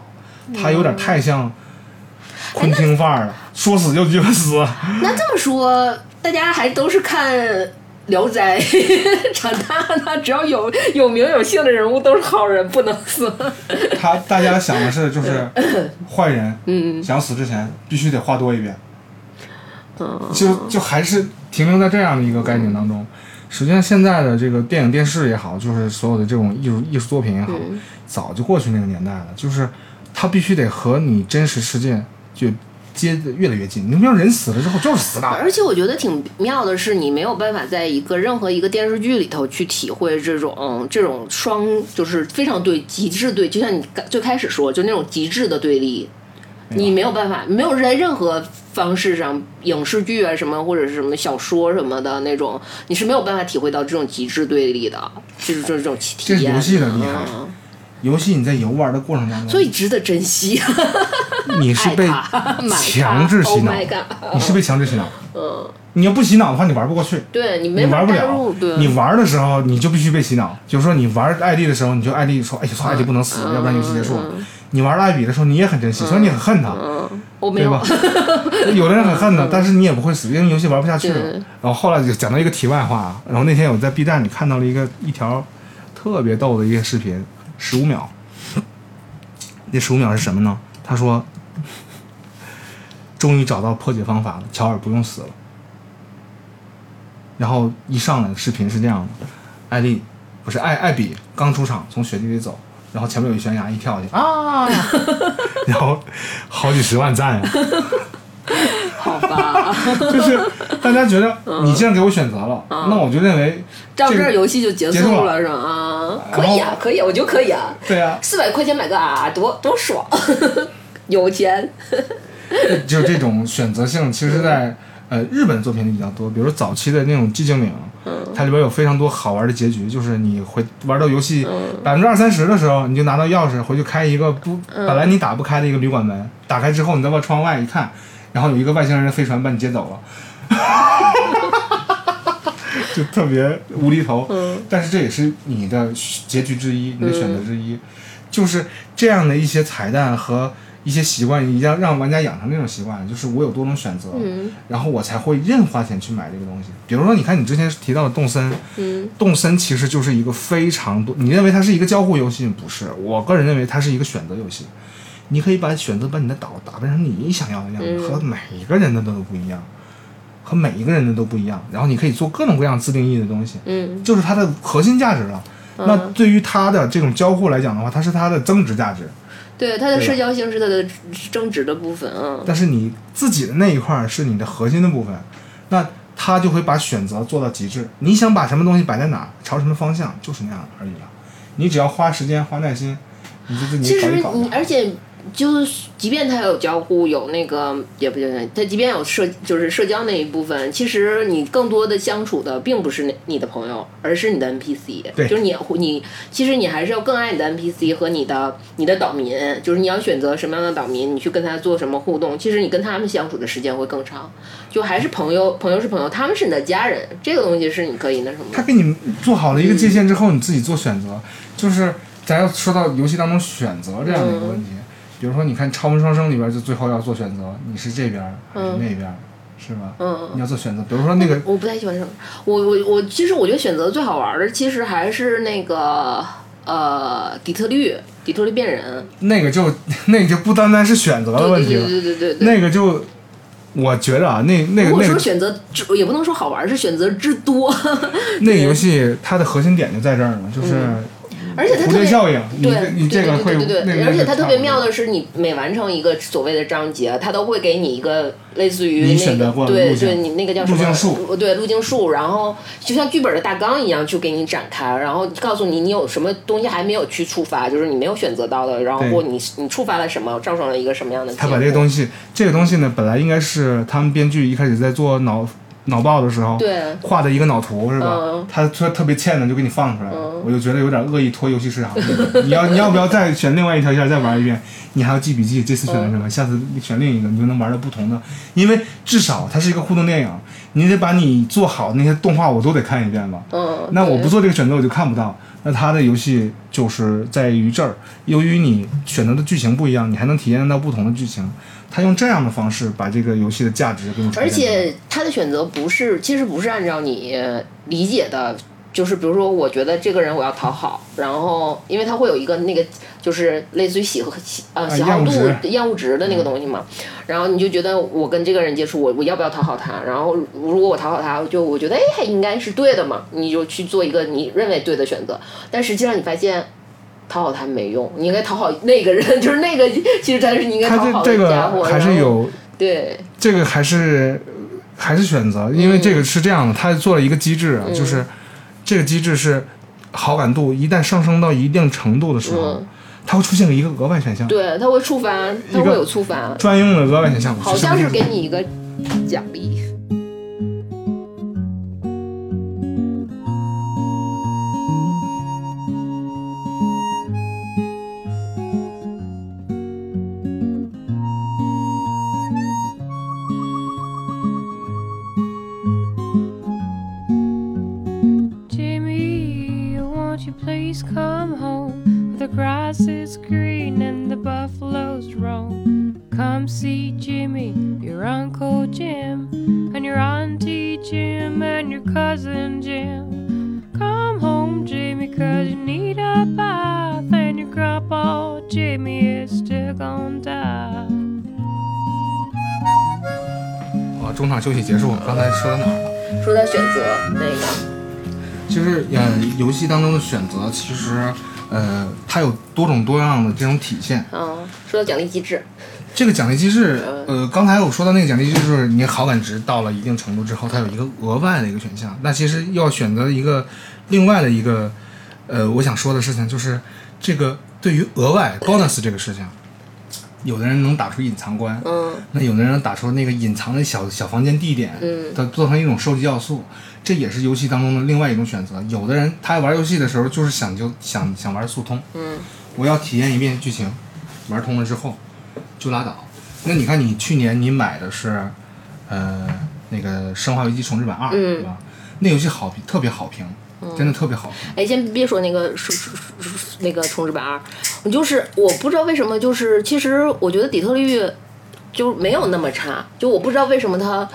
Speaker 2: 他有点太像昆汀范儿了，说死就就 死。
Speaker 3: 那这么说，大家还都是看《聊斋》 长大的，只要有有名有姓的人物都是好人，不能死。
Speaker 2: 他大家想的是，就是坏人，
Speaker 3: 嗯
Speaker 2: 想死之前必须得画多一遍，
Speaker 3: 嗯
Speaker 2: 就就还是停留在这样的一个概念当中。实际上，现在的这个电影、电视也好，就是所有的这种艺术艺术作品也好，
Speaker 3: 嗯
Speaker 2: 早就过去那个年代了。就是它必须得和你真实世界就接得越来越近。你不要人死了之后就是死了，
Speaker 3: 而且我觉得挺妙的是，你没有办法在一个任何一个电视剧里头去体会这种、嗯这种双，就是非常对极致对，就像你刚最开始说，就那种极致的对立，你没有办法，没有在任何方式上，影视剧啊什么或者是什么小说什么的那种，你是没有办法体会到这种极致对立的，就是这种体
Speaker 2: 这
Speaker 3: 体
Speaker 2: 是
Speaker 3: 验。
Speaker 2: 游戏的厉害
Speaker 3: 嗯
Speaker 2: 游戏你在游玩的过程当中，
Speaker 3: 所以值得珍惜，
Speaker 2: 你 是被
Speaker 3: 爱它 买它
Speaker 2: 强制洗
Speaker 3: Oh
Speaker 2: 脑
Speaker 3: my god！
Speaker 2: 你是被强制洗脑。你要不洗脑的话，你玩不过去。
Speaker 3: 对你
Speaker 2: 你
Speaker 3: 嗯没
Speaker 2: 玩
Speaker 3: 法
Speaker 2: 不
Speaker 3: 代
Speaker 2: 了
Speaker 3: 入，，对，
Speaker 2: 你玩的时候你就必须被洗脑，就是说你玩艾丽的时候，你就艾丽说，哎呀，操，艾
Speaker 3: 嗯
Speaker 2: 丽不能死，要不然游戏结束了。你玩艾比的时候，你也很
Speaker 3: 嗯
Speaker 2: 珍惜，所以你很恨他，
Speaker 3: 我没
Speaker 2: 对
Speaker 3: 有嗯
Speaker 2: 吧？ 有的人很恨他，但是你也不会死，因为游戏玩不下去了
Speaker 3: 对。
Speaker 2: 然后后来就讲到一个题外话，然后那天我在 B 站里看到了一个一条特别逗的一个视频，十五秒。那十五秒是什么呢？他说：“终于找到破解方法了，乔尔不用死了。”然后一上来的视频是这样的：艾丽不是艾艾比刚出场，从雪地里走，然后前面有一悬崖，一跳下去啊，然后好几十万赞啊呀、
Speaker 3: 好吧，
Speaker 2: 就是大家觉得你既然给我选择了，那我就认为
Speaker 3: 到嗯这
Speaker 2: 个
Speaker 3: 儿游戏就结
Speaker 2: 结束
Speaker 3: 束
Speaker 2: 了
Speaker 3: 了是吗？啊，
Speaker 2: 然
Speaker 3: 可
Speaker 2: 后
Speaker 3: 以啊，可以啊，我觉得可以啊，
Speaker 2: 对啊，
Speaker 3: 四百块钱买个啊，多多爽， 有钱，
Speaker 2: 就是这种选择性，其实在呃日本作品里比较多，比如早期的那种寂静岭，它里边有非常多好玩的结局，就是你会玩到游戏百分之二三十的时候，你就拿到钥匙回去开一个不本来你打不开的一个旅馆门，打开之后你再往窗外一看，然后有一个外星人的飞船把你接走了。 就特别无厘头，但是这也是你的结局之一，你的选择之一，就是这样的一些彩蛋和一些习惯，一样让玩家养成这种习惯，就是我有多种选择，然后我才会认花钱去买这个东西。比如说，你看你之前提到的动森，动森其实就是一个非常多，你认为它是一个交互游戏，不是？我个人认为它是一个选择游戏。你可以把选择把你的岛打扮成你想要的样子，和每一个人的都不一样，和每一个人的都不一样。然后你可以做各种各样自定义的东西，
Speaker 3: 嗯
Speaker 2: 就是它的核心价值了。那对于它的这种交互来讲的话，它是它的增值价值。
Speaker 3: 对，它的
Speaker 2: 对吧
Speaker 3: 社交性是它的正直的部分啊，
Speaker 2: 但是你自己的那一块儿是你的核心的部分，那他就会把选择做到极致。你想把什么东西摆在哪儿，朝什么方向，就是那样而已了。你只要花时间、花耐心，你就自
Speaker 3: 其
Speaker 2: 己搞一
Speaker 3: 实
Speaker 2: 搞就
Speaker 3: 你，
Speaker 2: 好。
Speaker 3: 而且就是，即便它有交互，有那个也不对，它即便有社，就是社交那一部分，其实你更多的相处的并不是那你的朋友，而是你的 NPC。
Speaker 2: 对
Speaker 3: 就是你你其实你还是要更爱你的 NPC 和你的你的岛民，就是你要选择什么样的岛民，你去跟他做什么互动，其实你跟他们相处的时间会更长。就还是朋友，朋友是朋友，他们是你的家人，这个东西是你可以那什么
Speaker 2: 他
Speaker 3: 的。
Speaker 2: 给你做好了一个界限之后，你自己做选择。就是咱要说到游戏当中选择这样的一个问
Speaker 3: 嗯
Speaker 2: 题，比如说你看《超文双生》里边，就最后要做选择，你是这边儿还是那边儿，是吧？
Speaker 3: 嗯
Speaker 2: 你要做选择，比如说那个
Speaker 3: 我不太喜欢这种。我我我，其实我觉得选择最好玩的，其实还是那个呃底特律，底特律变人。
Speaker 2: 那个就那个就不单单是选择的
Speaker 3: 对
Speaker 2: 问
Speaker 3: 对
Speaker 2: 题了
Speaker 3: 对，对对对对。
Speaker 2: 那个就，我觉着啊，那那
Speaker 3: 如
Speaker 2: 个
Speaker 3: 果
Speaker 2: 那
Speaker 3: 说
Speaker 2: 个
Speaker 3: 选择之，也不能说好玩，是选择之多，
Speaker 2: 那个游戏它的核心点就在这儿嘛，就是
Speaker 3: 而且它
Speaker 2: 蝴
Speaker 3: 特
Speaker 2: 蝶
Speaker 3: 别
Speaker 2: 效应。你这
Speaker 3: 嗯对，
Speaker 2: 你这个会
Speaker 3: 对对对
Speaker 2: 那
Speaker 3: 对对，
Speaker 2: 个，
Speaker 3: 而且
Speaker 2: 它
Speaker 3: 它特别妙，的是，你每完成一个所谓的章节，它都会给你一个类似于
Speaker 2: 你
Speaker 3: 那
Speaker 2: 选择
Speaker 3: 个
Speaker 2: 过的
Speaker 3: 对
Speaker 2: 路径
Speaker 3: 对，你那个叫什么
Speaker 2: 路径树
Speaker 3: 对路径树，然后就像剧本的大纲一样去给你展开，然后告诉你你有什么东西还没有去触发，就是你没有选择到的，然后
Speaker 2: 对
Speaker 3: 或你你触发了什么，造成了一个什么样的结
Speaker 2: 他
Speaker 3: 果。
Speaker 2: 把这个东西，这个东西呢，本来应该是他们编剧一开始在做脑脑爆的时候，
Speaker 3: 对
Speaker 2: 画的一个脑图是吧
Speaker 3: 嗯？
Speaker 2: 他说特别欠的就给你放出来了，我就觉得有点恶意拖游戏市场。你要你要不要再选另外一条线再玩一遍？你还要记笔记，这次选的什
Speaker 3: 嗯
Speaker 2: 么，下次选另一个，你就能玩到不同的。因为至少它是一个互动电影，你得把你做好那些动画我都得看一遍吧。
Speaker 3: 嗯，
Speaker 2: 那我
Speaker 3: 对
Speaker 2: 不做这个选择，我就看不到。那它的游戏就是在于这儿，由于你选择的剧情不一样，你还能体验到不同的剧情。他用这样的方式把这个游戏的价值给你呈现出来。
Speaker 3: 而且他的选择不是，其实不是按照你理解的，就是比如说，我觉得这个人我要讨好，然后因为他会有一个那个就是类似于喜和喜呃喜好度
Speaker 2: 啊厌恶值嗯
Speaker 3: 厌恶值的那个东西嘛，然后你就觉得我跟这个人接触，我我要不要讨好他？然后如果我讨好他，就我觉得哎还应该是对的嘛，你就去做一个你认为对的选择，但实际上你发现。讨好他没用，你应该讨好那个人， 就是那个，其实他是你应该
Speaker 2: 他
Speaker 3: 讨好
Speaker 2: 这
Speaker 3: 的
Speaker 2: 这
Speaker 3: 家
Speaker 2: 个
Speaker 3: 伙。
Speaker 2: 还是
Speaker 3: 然后
Speaker 2: 有
Speaker 3: 对，
Speaker 2: 这个还是还是选择，因为这
Speaker 3: 嗯
Speaker 2: 个是这样的，他做了一个机制啊，就是这个机制是好感度一旦上升到一定程度的时候，
Speaker 3: 嗯
Speaker 2: 它会出现一个额外选项，
Speaker 3: 对，它会触发，它
Speaker 2: 一
Speaker 3: 会
Speaker 2: 个
Speaker 3: 有触发，
Speaker 2: 专用的额外选项，
Speaker 3: 好像是给你一个奖励。
Speaker 4: Jimmy, won't you please come home? The grass is green and the buffaloes roam. Come see Jimmy, your Uncle Jim, and your Auntie Jim, and your cousin Jim. Come home, Jimmy, 'cause you need.
Speaker 2: 好，啊中场休息结束。刚才说到哪儿了？
Speaker 3: 说他选择那个，
Speaker 2: 就是呃，游戏当中的选择，其实呃，它有多种多样的这种体现。
Speaker 3: 嗯，说到奖励机制，
Speaker 2: 这个奖励机制，呃，刚才我说到那个奖励机制，就是你好感值到了一定程度之后，它有一个额外的一个选项。那其实要选择一个另外的一个，呃，我想说的事情就是，这个对于额外 bonus 这个事情，有的人能打出隐藏关，
Speaker 3: 嗯
Speaker 2: 那有的人打出那个隐藏的小小房间地点，
Speaker 3: 嗯
Speaker 2: 它做成一种收集要素，这也是游戏当中的另外一种选择。有的人他玩游戏的时候就是想就想想玩速通，
Speaker 3: 嗯
Speaker 2: 我要体验一遍剧情，玩通了之后就拉倒。那你看，你去年你买的是，呃，那个《生化危机重置版二》，
Speaker 3: 嗯
Speaker 2: 对吧？那游戏好评特别好评，真的特别好评。
Speaker 3: 哎，先别说那个说说说说那个重置版二，我就是我不知道为什么，就是其实我觉得底特律就没有那么差，就我不知道为什么它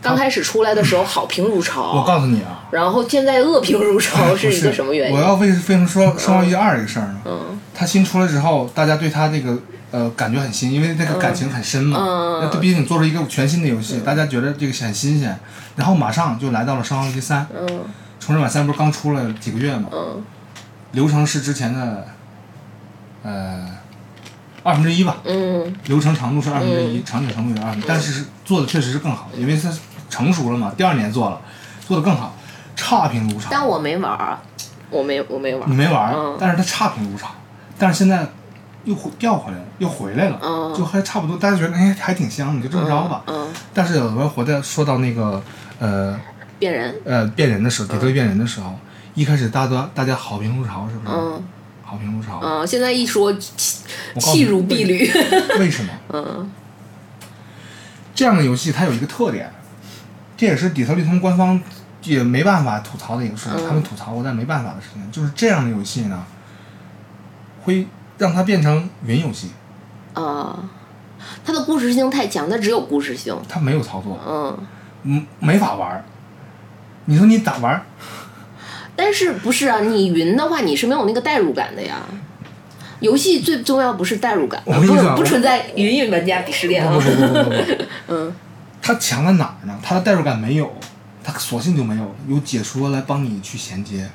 Speaker 3: 刚开始出来的时候好评如
Speaker 2: 我
Speaker 3: 潮，
Speaker 2: 告诉你啊，
Speaker 3: 然后现在恶评如潮
Speaker 2: 不
Speaker 3: 哦是一个什么原
Speaker 2: 我
Speaker 3: 因？嗯
Speaker 2: 要为为什么说《生化危机二》这个事儿呢？它新出来之后，大家对它这个呃感觉很新，因为那个感情很深嘛。
Speaker 3: 嗯
Speaker 2: 那毕竟做出一个全新的游戏，大家觉得这个很新鲜，然后马上就来到了《生化危机三》，
Speaker 3: 嗯
Speaker 2: 重置版三不是刚出了几个月吗？
Speaker 3: 嗯
Speaker 2: 流程是之前的，呃，二分之一吧。
Speaker 3: 嗯
Speaker 2: 流程长度是二分之一，场景长度也二分，但是是做的确实是更好，因为它成熟了嘛，第二年做了，做的更好，差评如潮。
Speaker 3: 但我没玩儿，我没我没玩
Speaker 2: 你
Speaker 3: 儿，
Speaker 2: 没玩儿，
Speaker 3: 嗯
Speaker 2: 但是它差评如潮，但是现在又回调回来了，又回来了，
Speaker 3: 嗯
Speaker 2: 就还差不多，大家觉得哎还挺香，你就这么着吧。
Speaker 3: 嗯，
Speaker 2: 但是有的回到说到那个呃
Speaker 3: 变人，
Speaker 2: 呃变人的
Speaker 3: 嗯
Speaker 2: 时候，底特律变人的时候，一开始大家大家好评如潮，是不是？
Speaker 3: 嗯
Speaker 2: 好评如潮，
Speaker 3: 嗯，现在一说气
Speaker 2: 我告诉你
Speaker 3: 气如敝履，
Speaker 2: 为什么？
Speaker 3: 嗯
Speaker 2: 这样的游戏它有一个特点，这也是底特律他们官方也没办法吐槽的一个事情，他们吐槽过但没办法的事情，就是这样的游戏呢，会让它变成云游戏，
Speaker 3: 啊，它的故事性太强，它只有故事性，
Speaker 2: 它没有操作，
Speaker 3: 嗯。
Speaker 2: 嗯，没法玩儿。你说你咋玩儿？
Speaker 3: 但是不是啊？你云的话，你是没有那个代入感的呀。游戏最重要不是代入感，
Speaker 2: 我跟你讲
Speaker 3: 不不存在云云玩家鄙 视链啊
Speaker 2: 不。不不不不不，
Speaker 3: 嗯
Speaker 2: 它强在哪儿呢？它的代入感没有，它索性就没有，有解说来帮你去衔接。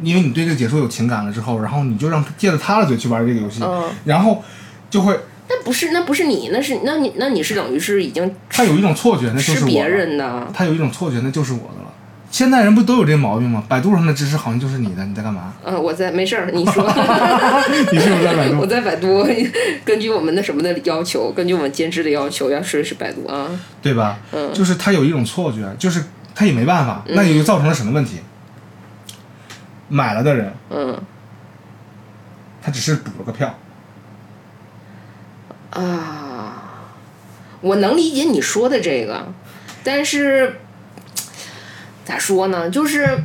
Speaker 2: 因为你对这个解说有情感了之后，然后你就让借着他的嘴去玩这个游戏，
Speaker 3: 嗯
Speaker 2: 然后就会
Speaker 3: 那不是，那不是你，那是那你那你是等于是已经
Speaker 2: 他有一种错觉，那就是
Speaker 3: 吃
Speaker 2: 我
Speaker 3: 别
Speaker 2: 了
Speaker 3: 人的。
Speaker 2: 他有一种错觉，那就是我的了。现代人不都有这毛病吗？百度上的知识好像就是你的，你在干嘛？
Speaker 3: 嗯，我在没事儿，你说，
Speaker 2: 你是不是在 百
Speaker 3: 我
Speaker 2: 度？
Speaker 3: 在百度，根据我们那什么的要求，根据我们监制的要求，要试试百度啊。
Speaker 2: 对吧？
Speaker 3: 嗯
Speaker 2: 就是他有一种错觉，就是他也没办法，那也就造成了什么问题？买了的人
Speaker 3: 嗯
Speaker 2: 他只是补了个票，
Speaker 3: 啊，我能理解你说的这个，但是咋说呢？就是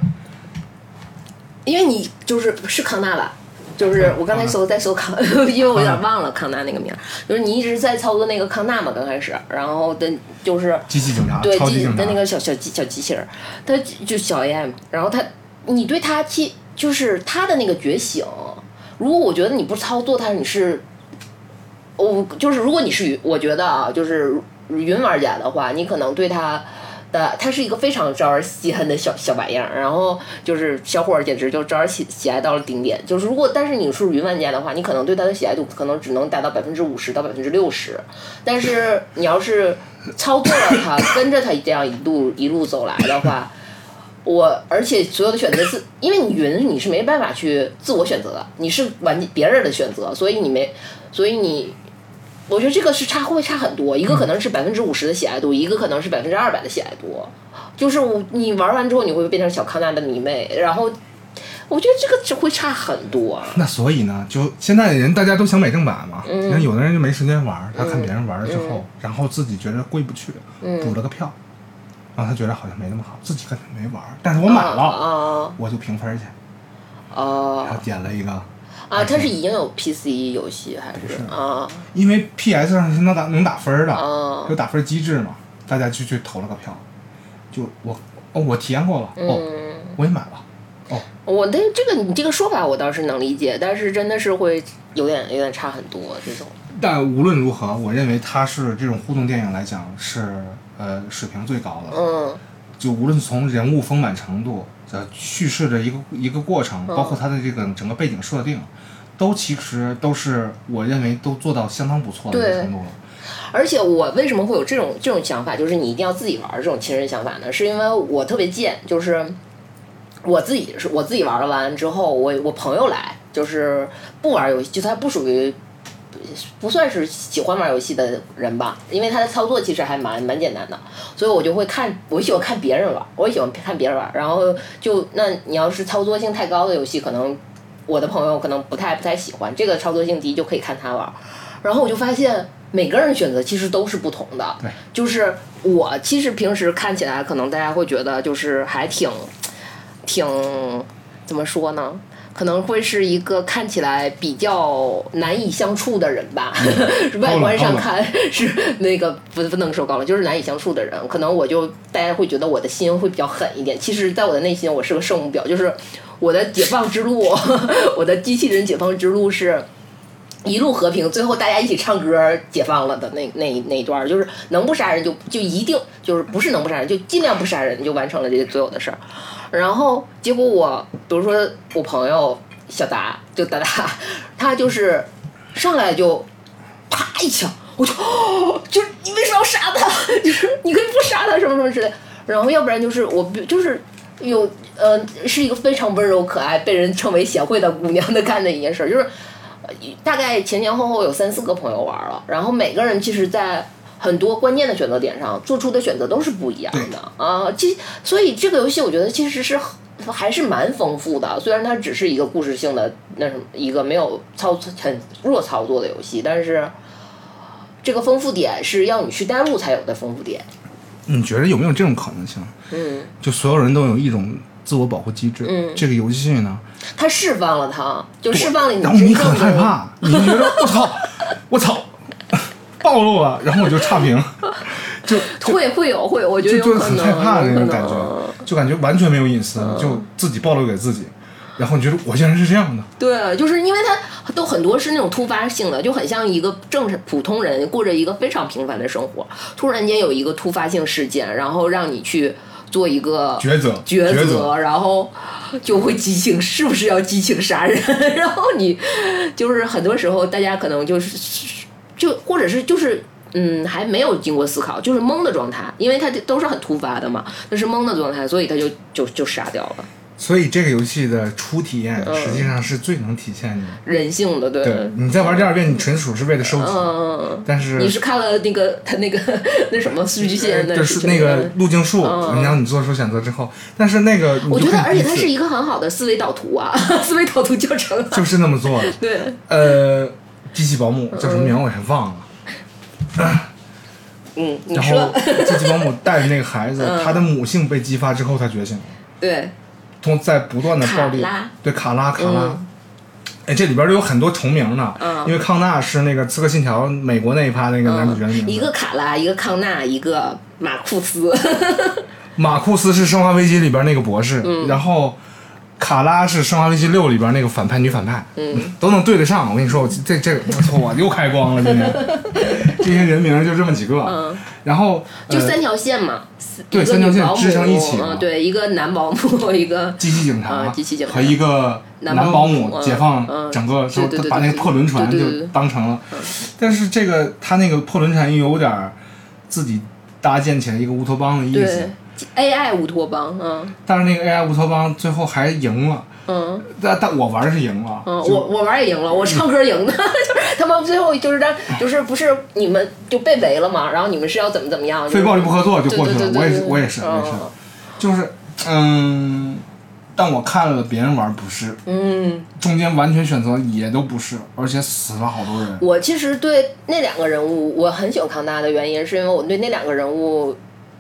Speaker 3: 因为你就是是康纳吧？就是我刚才搜在搜康， 因为我有点忘了康纳那个名儿。就是你一直在操作那个康纳嘛，刚开始，然后的就是
Speaker 2: 机器警察，
Speaker 3: 对
Speaker 2: 啊超级
Speaker 3: 机
Speaker 2: 警察
Speaker 3: 的那，个小小机小机器人儿，他就小 M，然后他你对他其就是他的那个觉醒，如果我觉得你不操作他，你是我就是如果你是云我觉得啊，就是云玩家的话，你可能对他。的他是一个非常招人稀罕的小小玩意儿，然后就是小伙儿简直就招人喜喜爱到了顶点。就是如果但是你是云玩家的话，你可能对他的喜爱度可能只能达到百分之五十到百分之六十，但是你要是操作了他，跟着他这样一路一路走来的话，我而且所有的选择是，因为你云你是没办法去自我选择的，你是玩别人的选择，所以你没，所以你，我觉得这个是差会差很多，一个可能是百分之五十的喜爱度，一个可能是百分之二百的喜爱度，就是我你玩完之后你会变成小康纳的迷妹，然后我觉得这个只会差很多，
Speaker 2: 那所以呢，就现在的人大家都想买正版嘛，
Speaker 3: 嗯
Speaker 2: 你看有的人就没时间玩，他看别人玩了之后，然后自己觉得过意不去，
Speaker 3: 嗯
Speaker 2: 补了个票，然后他觉得好像没那么好，自己根本没玩，但是我买了，
Speaker 3: 啊
Speaker 2: 我就评分去，
Speaker 3: 啊啊
Speaker 2: 然后点了一个，
Speaker 3: 啊！它是已经有 PC 游戏还是啊
Speaker 2: 因为 PS 上是能打能打分儿的，
Speaker 3: 啊
Speaker 2: 有打分机制嘛，大家就去投了个票，就我哦，我体验过了，哦，
Speaker 3: 嗯。
Speaker 2: 我也买了，哦，
Speaker 3: 我那这个你这个说法我倒是能理解，但是真的是会有点有点差很多这种。
Speaker 2: 但无论如何，我认为它是这种互动电影来讲是呃水平最高的。
Speaker 3: 嗯
Speaker 2: 就无论从人物丰满程度、呃叙事的一个一个过程，
Speaker 3: 嗯
Speaker 2: 包括它的这个整个背景设定，都其实都是我认为都做到相当不错的一
Speaker 3: 对
Speaker 2: 个程度了。
Speaker 3: 而且我为什么会有这种这种想法，就是你一定要自己玩儿这种情人想法呢？是因为我特别贱，就是我自己是我自己玩了完之后，我我朋友来就是不玩儿游戏，就他不属于不算是喜欢玩游戏的人吧，因为他的操作其实还蛮蛮简单的，所以我就会看，我喜欢看别人玩，我也喜欢看别人玩，然后就那你要是操作性太高的游戏，可能我的朋友可能不太不太喜欢，这个操作性低就可以看他玩，然后我就发现每个人选择其实都是不同的
Speaker 2: 对，
Speaker 3: 就是我其实平时看起来可能大家会觉得就是还挺挺怎么说呢？可能会是一个看起来比较难以相处的人吧， 外观上看是那个不不能说高冷，就是难以相处的人。可能我就大家会觉得我的心会比较狠一点，其实在我的内心我是个圣母婊，就是我的解放之路， 我的机器人解放之路是。一路和平，最后大家一起唱歌解放了的那那那一段儿，就是能不杀人就就一定就是不是能不杀人就尽量不杀人，就完成了这些所有的事儿。然后结果我，比如说我朋友小达，就达达，他就是上来就啪一枪，我就、哦、就是你为什么要杀他？ 就是你可以不杀他什 么什么之类。然后要不然就是我就是有呃是一个非常温柔可爱，被人称为贤惠的姑娘的干的一件事儿，就是呃大概前前后后有三四个朋友玩了，然后每个人其实，在很多关键的选择点上做出的选择都是不一样的啊。其实所以这个游戏我觉得其实是很还是蛮丰富的，虽然它只是一个故事性的那什么一个没有操作很弱操作的游戏，但是这个丰富点是要你去带路才有的丰富点。
Speaker 2: 你觉得有没有这种可能性？
Speaker 3: 嗯，
Speaker 2: 就所有人都有一种自我保护机制，
Speaker 3: 嗯
Speaker 2: 这个游戏呢，
Speaker 3: 它释放了它，就释放了你
Speaker 2: 然后
Speaker 3: 真
Speaker 2: 你
Speaker 3: 正
Speaker 2: 很
Speaker 3: 的
Speaker 2: 害怕，
Speaker 3: 嗯
Speaker 2: 你就觉得我 操，我操，暴露了，然后我就差评，就
Speaker 3: 会会有会有，我觉
Speaker 2: 就
Speaker 3: 得有
Speaker 2: 就
Speaker 3: 可
Speaker 2: 很
Speaker 3: 能
Speaker 2: 害怕
Speaker 3: 有
Speaker 2: 那种
Speaker 3: 可
Speaker 2: 感
Speaker 3: 能嗯
Speaker 2: 觉，就感觉完全没有隐私，就自己暴露给自己，然后你觉得我竟然是这样的，
Speaker 3: 对，就是因为它都很多是那种突发性的，就很像一个正常普通人过着一个非常平凡的生活，突然间有一个突发性事件，然后让你去做一个
Speaker 2: 抉择
Speaker 3: 抉
Speaker 2: 抉
Speaker 3: 择，
Speaker 2: 择
Speaker 3: 然后就会激情，是不是要激情杀人？ 然后你就是很多时候大家可能就是就或者是就是。嗯，还没有经过思考，就是懵的状态，因为它都是很突发的嘛，那是懵的状态，所以他就就就杀掉了
Speaker 2: 所以这个游戏的初体验
Speaker 3: 嗯
Speaker 2: 实际上是最能体现你。
Speaker 3: 人性的，对，
Speaker 2: 对，你再玩第二遍，你纯属是为了收集，
Speaker 3: 嗯，
Speaker 2: 但是
Speaker 3: 你是看了那个他那个 那什么数据线的
Speaker 2: 对是那个路径数，
Speaker 3: 嗯
Speaker 2: 然后你做出选择之后，但是那个你
Speaker 3: 我
Speaker 2: 就
Speaker 3: 觉得，
Speaker 2: 可
Speaker 3: 而
Speaker 2: 以
Speaker 3: 且
Speaker 2: 第一
Speaker 3: 它
Speaker 2: 次
Speaker 3: 是一个很好的思维导图啊， 思维导图教 程啊、
Speaker 2: 就是那么做的，
Speaker 3: 对，
Speaker 2: 呃，机器保姆叫什么名我也忘了。
Speaker 3: 嗯，你
Speaker 2: 然后
Speaker 3: 说 嗯
Speaker 2: 机器保姆带着那个孩子，他的母性被激发之后，他觉醒了，
Speaker 3: 对，
Speaker 2: 通在不断的暴力
Speaker 3: 卡拉
Speaker 2: 对卡拉卡拉
Speaker 3: 嗯。
Speaker 2: 哎，这里边儿有很多重名呢，
Speaker 3: 嗯
Speaker 2: 因为康纳是那个《刺客信条》美国那一趴那个男主角的名
Speaker 3: 一
Speaker 2: 字，
Speaker 3: 个卡拉，一个康纳，一个马 库斯，
Speaker 2: 马库斯是《生化危机》里边那个博士，
Speaker 3: 嗯
Speaker 2: 然后卡拉是《生化危机六》里边那个反派女反派，
Speaker 3: 嗯，
Speaker 2: 都能对得上。我跟你说，我这这个，我操，我又开光了，今 天这些人名儿就这么几个，
Speaker 3: 嗯
Speaker 2: 然后
Speaker 3: 就
Speaker 2: 呃
Speaker 3: 三条线嘛，四
Speaker 2: 对
Speaker 3: 一个
Speaker 2: 三条
Speaker 3: 女
Speaker 2: 线
Speaker 3: 保姆
Speaker 2: 支撑一起嘛
Speaker 3: 嗯，对，一个男保姆，一个
Speaker 2: 机器警察、
Speaker 3: 啊机器警察
Speaker 2: 和一个
Speaker 3: 男
Speaker 2: 男
Speaker 3: 保
Speaker 2: 保
Speaker 3: 姆
Speaker 2: 姆
Speaker 3: 嗯
Speaker 2: 解放
Speaker 3: 嗯
Speaker 2: 整个，
Speaker 3: 对对对
Speaker 2: 他把那
Speaker 3: 对
Speaker 2: 个
Speaker 3: 对
Speaker 2: 破轮船
Speaker 3: 对对对嗯
Speaker 2: 就当成了。但是这个他那个破轮船又有点儿自己搭建起来一个乌托邦的意
Speaker 3: 对
Speaker 2: 思，
Speaker 3: AI 乌托邦，嗯
Speaker 2: 但是那个 AI 乌托邦最后还赢了，
Speaker 3: 嗯。
Speaker 2: 但但我玩儿是赢了，
Speaker 3: 嗯，
Speaker 2: 就
Speaker 3: 我我玩儿也赢了， 我唱歌赢的，就是他们最后就是让就是不是你们就被围了嘛，然后你们是要怎么怎么样，就是
Speaker 2: 非暴力不合作就过去
Speaker 3: 对
Speaker 2: 了
Speaker 3: 对。对
Speaker 2: 我也
Speaker 3: 对
Speaker 2: 是，
Speaker 3: 对
Speaker 2: 我也是，我也是
Speaker 3: 嗯，
Speaker 2: 就是嗯，但我看了别人玩儿不是，
Speaker 3: 嗯，
Speaker 2: 中间完全选择也都不是，而且死了好多人。
Speaker 3: 我其实对那两个人物我很喜欢康纳的原因，是因为我对那两个人物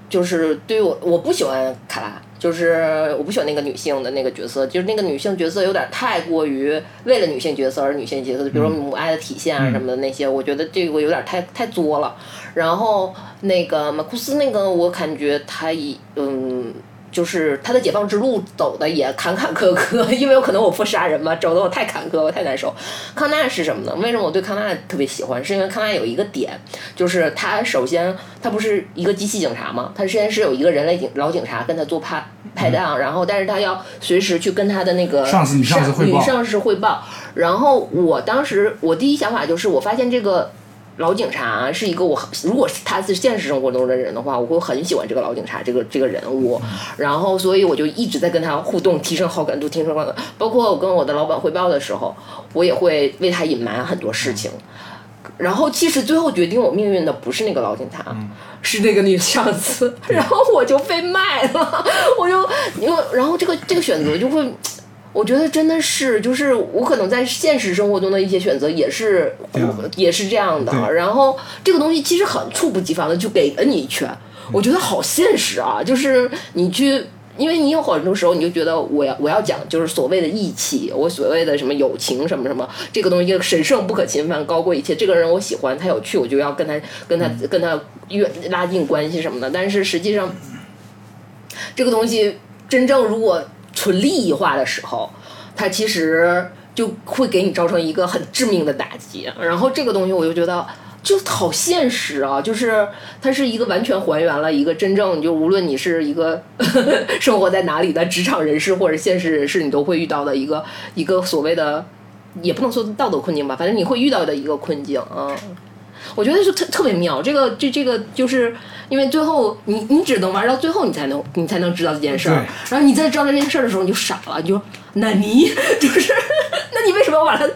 Speaker 3: 就是对于我我不喜欢卡拉。就是我不喜欢那个女性的那个角色，就是那个女性角色有点太过于为了女性角色而女性角色，比如说母爱的体现啊什么的那些，我觉得这个有点太太作了。然后那个马库斯那个，我感觉他一嗯，就是他的解放之路走的也坎坎坷坷，因为有可能我不杀人嘛，走的我太坎坷，我太难受。康纳是什么呢？为什么我对康纳特别喜欢？是因为康纳有一个点，就是他首先他不是一个机器警察嘛，他先是有一个人类警老警察跟他做派派档，然后但是他要随时去跟他的那个
Speaker 2: 嗯上司女上司汇报
Speaker 3: 女上司汇报。然后我当时我第一想法就是，我发现这个老警察、啊、是一个我很如果是他是现实生活中的人的话，我会很喜欢这个老警察这个这个人物。然后所以我就一直在跟他互动，提升好感度，提升好感。包括我跟我的老板汇报的时候，我也会为他隐瞒很多事情。然后其实最后决定我命运的不是那个老警察，是那个女上司。 然后我就被卖了， 我就因为然后这个这个选择就会。我觉得真的是，就是我可能在现实生活中的一些选择也是
Speaker 2: 这样的，
Speaker 3: 也是这样的。啊
Speaker 2: 对
Speaker 3: 然后这个东西其实很猝不及防的就给了你一拳，我觉得好现实啊！就是你去，因为你有很多时候你就觉得我要我要讲就是所谓的义气，我所谓的什么友情什么什么，这个东西神圣不可侵犯，高贵一切。这个人我喜欢，他有趣，我就要跟他跟他跟他越拉近关系什么的。但是实际上，这个东西真正如果纯利益化的时候，它其实就会给你造成一个很致命的打击。然后这个东西我就觉得。就好现实啊！就是它是一个完全还原了一个真正，就无论你是一个 生活在哪里的职场人士或者现实人士，你都会遇到的一个一个所谓的，也不能说道德困境吧，反正你会遇到的一个困境啊。我觉得是特特别妙，这个这这个就是因为最后你你只能玩到最后，你才能你才能知道这件事儿
Speaker 2: 对。
Speaker 3: 然后你在知道这件事儿的时候，你就傻了，你就那你 就是，那你为什么要把他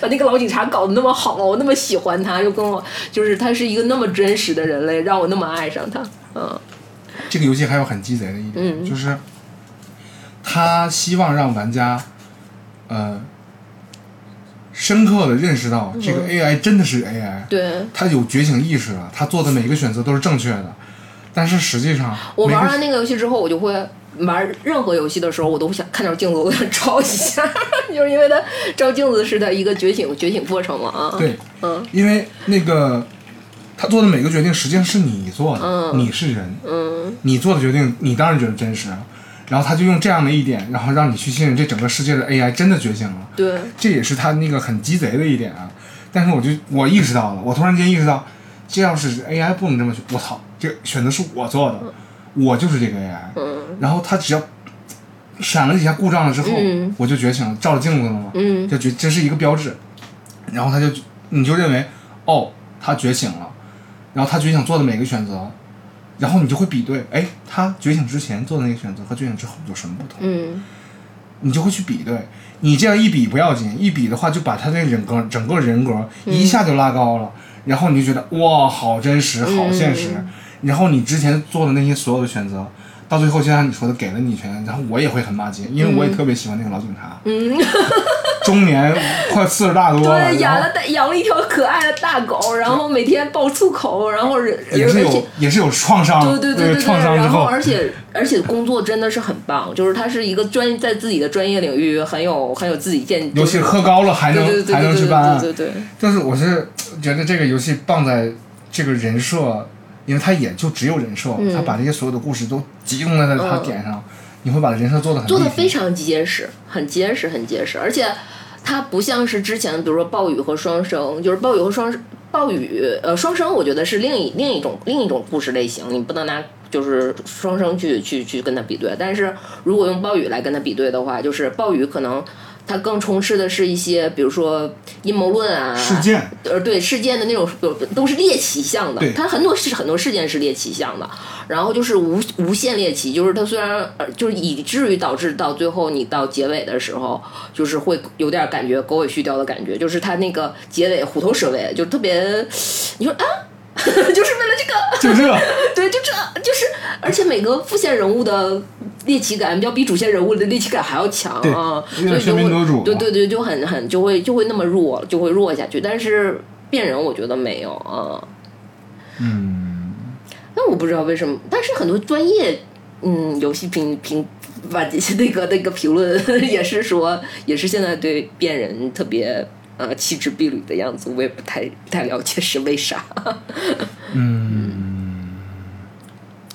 Speaker 3: 把那个老警察搞得那么好？我那么喜欢他，又跟我就是他是一个那么真实的人类，让我那么爱上他。嗯
Speaker 2: 这个游戏还有很鸡贼的一点，就是他希望让玩家，呃，深刻的认识到这个
Speaker 3: 嗯
Speaker 2: AI 真的是 AI，、
Speaker 3: 对
Speaker 2: 他有觉醒意识了，他做的每一个选择都是正确的，但是实际上
Speaker 3: 我
Speaker 2: 每
Speaker 3: 玩
Speaker 2: 个
Speaker 3: 完那个游戏之后，我就会玩任何游戏的时候，我都会想看照镜子，我想照一下， 就是因为他照镜子是他一个觉醒觉醒过程嘛啊。
Speaker 2: 对，
Speaker 3: 嗯
Speaker 2: 因为那个他做的每个决定实际上是你做的，你是人，
Speaker 3: 嗯
Speaker 2: 你做的决定你当然觉得真实，然后他就用这样的一点，然后让你去信任这整个世界的 AI 真的觉醒了。
Speaker 3: 对。
Speaker 2: 这也是他那个很鸡贼的一点啊。但是我就我意识到了，我突然间意识到，这要是 AI 不能这么选，我操，这选择是我做的，我就是这个 AI。然后他只要闪了几下故障了之后，
Speaker 3: 嗯
Speaker 2: 我就觉醒了，照着镜子了嘛，
Speaker 3: 嗯
Speaker 2: 就觉这是一个标志。然后他就你就认为哦，他觉醒了，然后他觉醒做的每个选择。然后你就会比对，哎，他觉醒之前做的那个选择和觉醒之后有什么不同？
Speaker 3: 嗯
Speaker 2: 你就会去比对。你这样一比不要紧，一比的话就把他这整个整个人格一下就拉高了，然后你就觉得哇，好真实，好现实。然后你之前做的那些所有的选择，到最后就像你说的，给了你权，然后我也会很骂街，因为我也特别喜欢那个老警察，
Speaker 3: 嗯，
Speaker 2: 中年快四十大多了，
Speaker 3: 对，养
Speaker 2: 然后
Speaker 3: 了大养了一条可爱的大狗，然后每天爆粗口，然后人
Speaker 2: 也是
Speaker 3: 而且
Speaker 2: 有也是有创伤，
Speaker 3: 对对对对对，
Speaker 2: 创伤之
Speaker 3: 然
Speaker 2: 后，
Speaker 3: 后而且而且工作真的是很棒，就是他是一个专在自己的专业领域很有很有自己见，
Speaker 2: 尤其是喝高了还能
Speaker 3: 对对对
Speaker 2: 还能去
Speaker 3: 对
Speaker 2: 办案，
Speaker 3: 对对对对，
Speaker 2: 但是我是觉得这个游戏棒在这个人设，因为它也就只有人设，
Speaker 3: 嗯
Speaker 2: 它把这些所有的故事都集中在它它点上，你会把人设做的很
Speaker 3: 做的
Speaker 2: 立体
Speaker 3: 非常结实，很结实，很结实，而且它不像是之前，比如说暴雨和双生，就是暴雨和双暴雨呃双生，我觉得是另一另一种另一种故事类型，你不能拿就是双生去去去跟它比对。但是如果用暴雨来跟它比对的话，就是暴雨可能它更充斥的是一些，比如说阴谋论啊，
Speaker 2: 事 件，
Speaker 3: 呃，对事件的那种不不都是猎奇向的
Speaker 2: 对，
Speaker 3: 它很多是很多事件是猎奇向的，然后就是无无限猎奇，就是它虽然呃就是以至于导致到最后你到结尾的时候，就是会有点感觉狗尾续貂的感觉，就是它那个结尾虎头蛇尾，就特别，你说啊， 就是为了这个。
Speaker 2: 就这，
Speaker 3: 对，就这，就是，而且每个副线人物的猎奇感要比主线人物的猎奇感还要强
Speaker 2: 对
Speaker 3: 啊，
Speaker 2: 有点
Speaker 3: 所以就
Speaker 2: 喧宾夺主
Speaker 3: 会，
Speaker 2: 嘛
Speaker 3: 对对对，就很很就会就会那么弱，就会弱下去。但是变人，我觉得没有啊。
Speaker 2: 嗯，
Speaker 3: 那我不知道为什么，但是很多专业嗯游戏评评吧，那个那个评论也是说，也是现在对变人特别呃弃之敝履的样子，我也不太不太了解是为啥。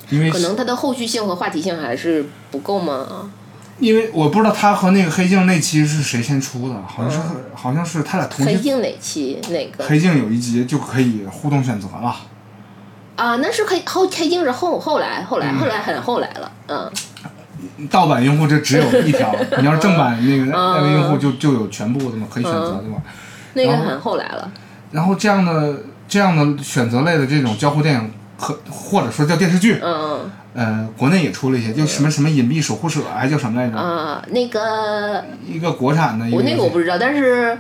Speaker 2: 因为
Speaker 3: 可能它的后续性和话题性还是不够嘛。
Speaker 2: 因为我不知道他和那个黑镜那期是谁先出的，好像是、好像是他俩同
Speaker 3: 嗯黑
Speaker 2: 期。
Speaker 3: 镜哪期哪个
Speaker 2: 黑镜有一集就可以互动选择了，
Speaker 3: 啊？那是黑后黑镜是后后来后来后来很后来了，嗯，
Speaker 2: 盗版用户这只有一 条，你要是正版
Speaker 3: 嗯
Speaker 2: 那个那位用户就就有全部的嘛，可以选择对吧？
Speaker 3: 那个
Speaker 2: 然后
Speaker 3: 很后来了。
Speaker 2: 然后这样的这样的选择类的这种交互电影，可或者说叫电视剧，
Speaker 3: 嗯
Speaker 2: 呃，国内也出了一些，就什么什么隐蔽守护者还叫什么来着？
Speaker 3: 啊，那个
Speaker 2: 一个国产的，一
Speaker 3: 我那个我不
Speaker 2: 是
Speaker 3: 知道，但是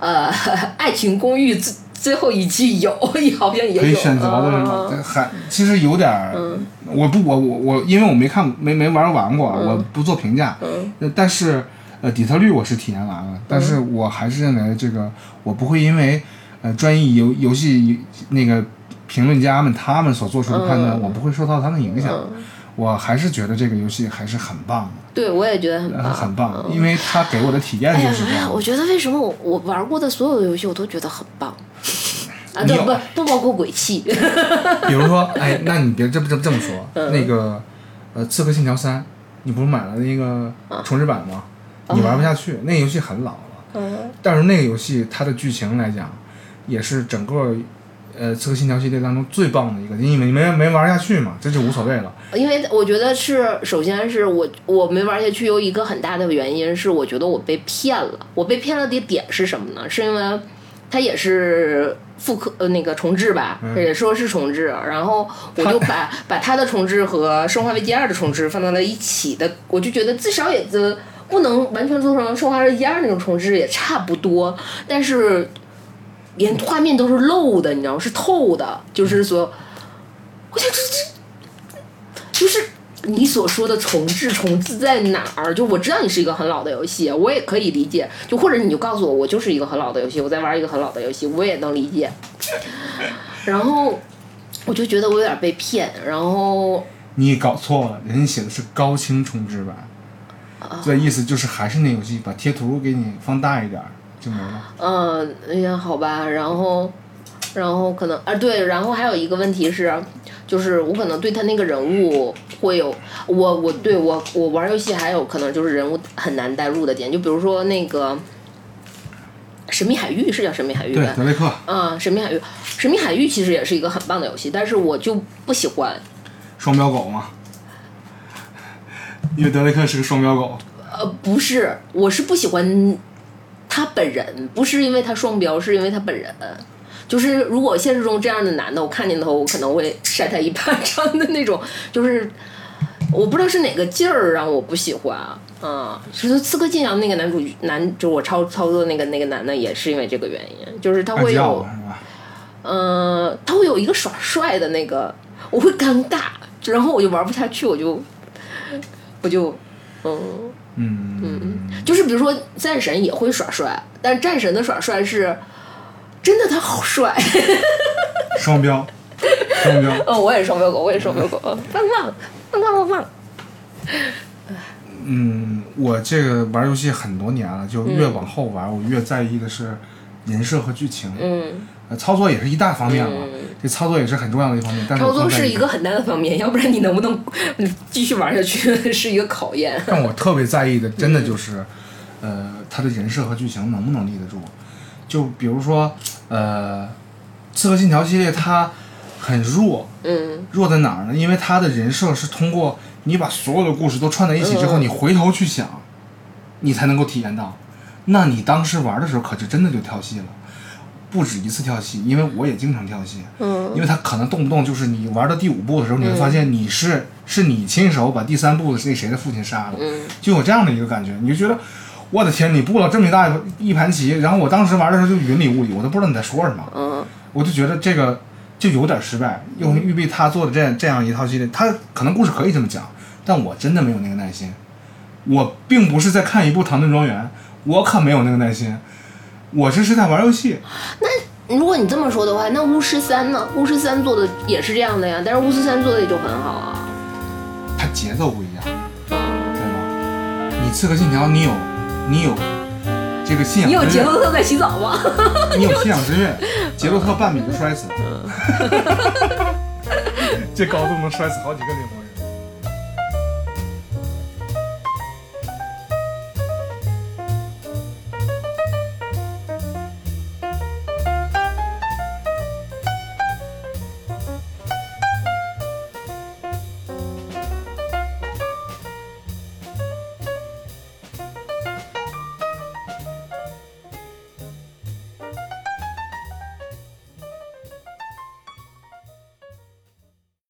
Speaker 3: 呃，《爱情公寓》最最后一季有，好像也有
Speaker 2: 可以选择的是吗？
Speaker 3: 嗯
Speaker 2: 这还其实有点儿，我不我我我，因为我没看没没玩儿完过，啊
Speaker 3: 嗯
Speaker 2: 我不做评价，呃但是。呃，底特律我是体验完
Speaker 3: 嗯
Speaker 2: 了，但是我还是认为这个我不会因为，呃，专业游游戏那个评论家们他们所做出的判
Speaker 3: 嗯
Speaker 2: 断，我不会受到他们影响，我还是觉得这个游戏还是很棒的。
Speaker 3: 对，我也觉得很
Speaker 2: 呃
Speaker 3: 棒，
Speaker 2: 很
Speaker 3: 嗯
Speaker 2: 棒，因为它给我的体验
Speaker 3: 哎
Speaker 2: 就
Speaker 3: 呀
Speaker 2: 是这
Speaker 3: 哎呀，
Speaker 2: 样
Speaker 3: 我
Speaker 2: 的。
Speaker 3: 觉得为什么我我玩过的所有的游戏我都觉得很棒。啊，
Speaker 2: 你
Speaker 3: 对
Speaker 2: 有
Speaker 3: 不不包括鬼泣，
Speaker 2: 比如说，哎，那你别这么这么这么说，那个呃，《刺客信条三》，你不是买了那个重置版吗？你玩不下去，那个游戏很老了。但是那个游戏它的剧情来讲，也是整个呃《刺客信条》系列当中最棒的一个，因为你没没玩下去嘛，这就无所谓了。
Speaker 3: 因为我觉得是，首先是我我没玩下去，有一个很大的原因是，我觉得我被骗了。我被骗了的点是什么呢？是因为它也是复刻呃那个重置吧，也说是呃重置，然后我就把把它的重置和《生化危机二》的重置放到了一起的，我就觉得至少也就不能完全做成《生化危机二》那种重置，也差不多，但是连画面都是漏的，你知道吗？是透的，就是说，我想这这。就是你所说的重置，重置在哪儿？就我知道你是一个很老的游戏，我也可以理解。就或者你就告诉我，我就是一个很老的游戏，我在玩一个很老的游戏，我也能理解。然后我就觉得我有点被骗，然后
Speaker 2: 你搞错了，人家写的是高清重置版，这意思就是还是那游戏，把贴图给你放大一点儿就没了。
Speaker 3: 嗯，哎呀，好吧，然后，然后可能啊，对，然后还有一个问题是，就是我可能对他那个人物会有，我我对我我玩游戏还有可能就是人物很难代入的点，就比如说那个《神秘海域》是叫《神秘海域》
Speaker 2: 对，
Speaker 3: 吧？
Speaker 2: 德雷克。
Speaker 3: 啊，《神秘海域》《神秘海域》其实也是一个很棒的游戏，但是我就不喜欢。
Speaker 2: 双标狗嘛， 因为德雷克是个双标狗。
Speaker 3: 呃，不是，我是不喜欢他本人，不是因为他双标，是因为他本人。就是如果现实中这样的男的，我看见他，我可能会扇他一巴掌的那种。就是我不知道是哪个劲儿让我不喜欢啊。嗯，其实《刺客信条》那个男主男，就我操操作那个那个男的，也是因为这个原因，就是他
Speaker 2: 二
Speaker 3: 会
Speaker 2: 吉奥
Speaker 3: 有
Speaker 2: 嘛，是吧？
Speaker 3: 嗯，他会有一个耍帅的那个，我会尴尬，然后我就玩不下去，我就我就嗯。
Speaker 2: 嗯，
Speaker 3: 就是比如说战神也会耍帅，但是战神的耍帅是真的他好帅。
Speaker 2: 双标，双标。
Speaker 3: 哦，我也双标狗，我也双标狗， 嗯棒棒棒棒棒棒。
Speaker 2: 嗯，我这个玩游戏很多年了，就越往后玩，我越在意的是人设和剧情。
Speaker 3: 嗯，
Speaker 2: 呃操作也是一大方面嘛，这操作也是很重要的一方面。但是
Speaker 3: 操
Speaker 2: 我
Speaker 3: 作
Speaker 2: 更在
Speaker 3: 是
Speaker 2: 意
Speaker 3: 一个很大的方面，要不然你能不能 嗯继续玩下去是一个考验。
Speaker 2: 但我特别在意的，真的就是，
Speaker 3: 嗯
Speaker 2: 呃，他的人设和剧情能不能立得住。就比如说，呃，《刺客信条》系列它很弱，
Speaker 3: 嗯，
Speaker 2: 弱在哪儿呢？因为它的人设是通过你把所有的故事都串在一起之后，你回头去想，你才能够体验到。那你当时玩的时候，可就真的就跳戏了。不止一次跳戏，因为我也经常跳戏。嗯，因为它可能动不动就是你玩到第五部的时候，你会发现你是、是你亲手把第三部的那谁的父亲杀了，就有这样的一个感觉，你就觉得我的天，你布了这么一大一盘棋，然后我当时玩的时候就云里雾里，我都不知道你在说什么。
Speaker 3: 嗯，
Speaker 2: 我就觉得这个就有点失败。用玉璧他做的这样这样一套系列，他可能故事可以这么讲，但我真的没有那个耐心。我并不是在看一部《唐顿庄园》，我可没有那个耐心。我这是在玩游戏，
Speaker 3: 如果你这么说的话，那巫师三呢？巫师三做的也是这样的呀，但是巫师三做的也就很好啊。
Speaker 2: 它节奏不一样，对吗？你《刺客信条》，你有你有这个信仰，
Speaker 3: 你有杰洛特在洗澡吗？
Speaker 2: 你有信仰之跃，杰洛特半米就摔死了。这高度能摔死好几个灵魂。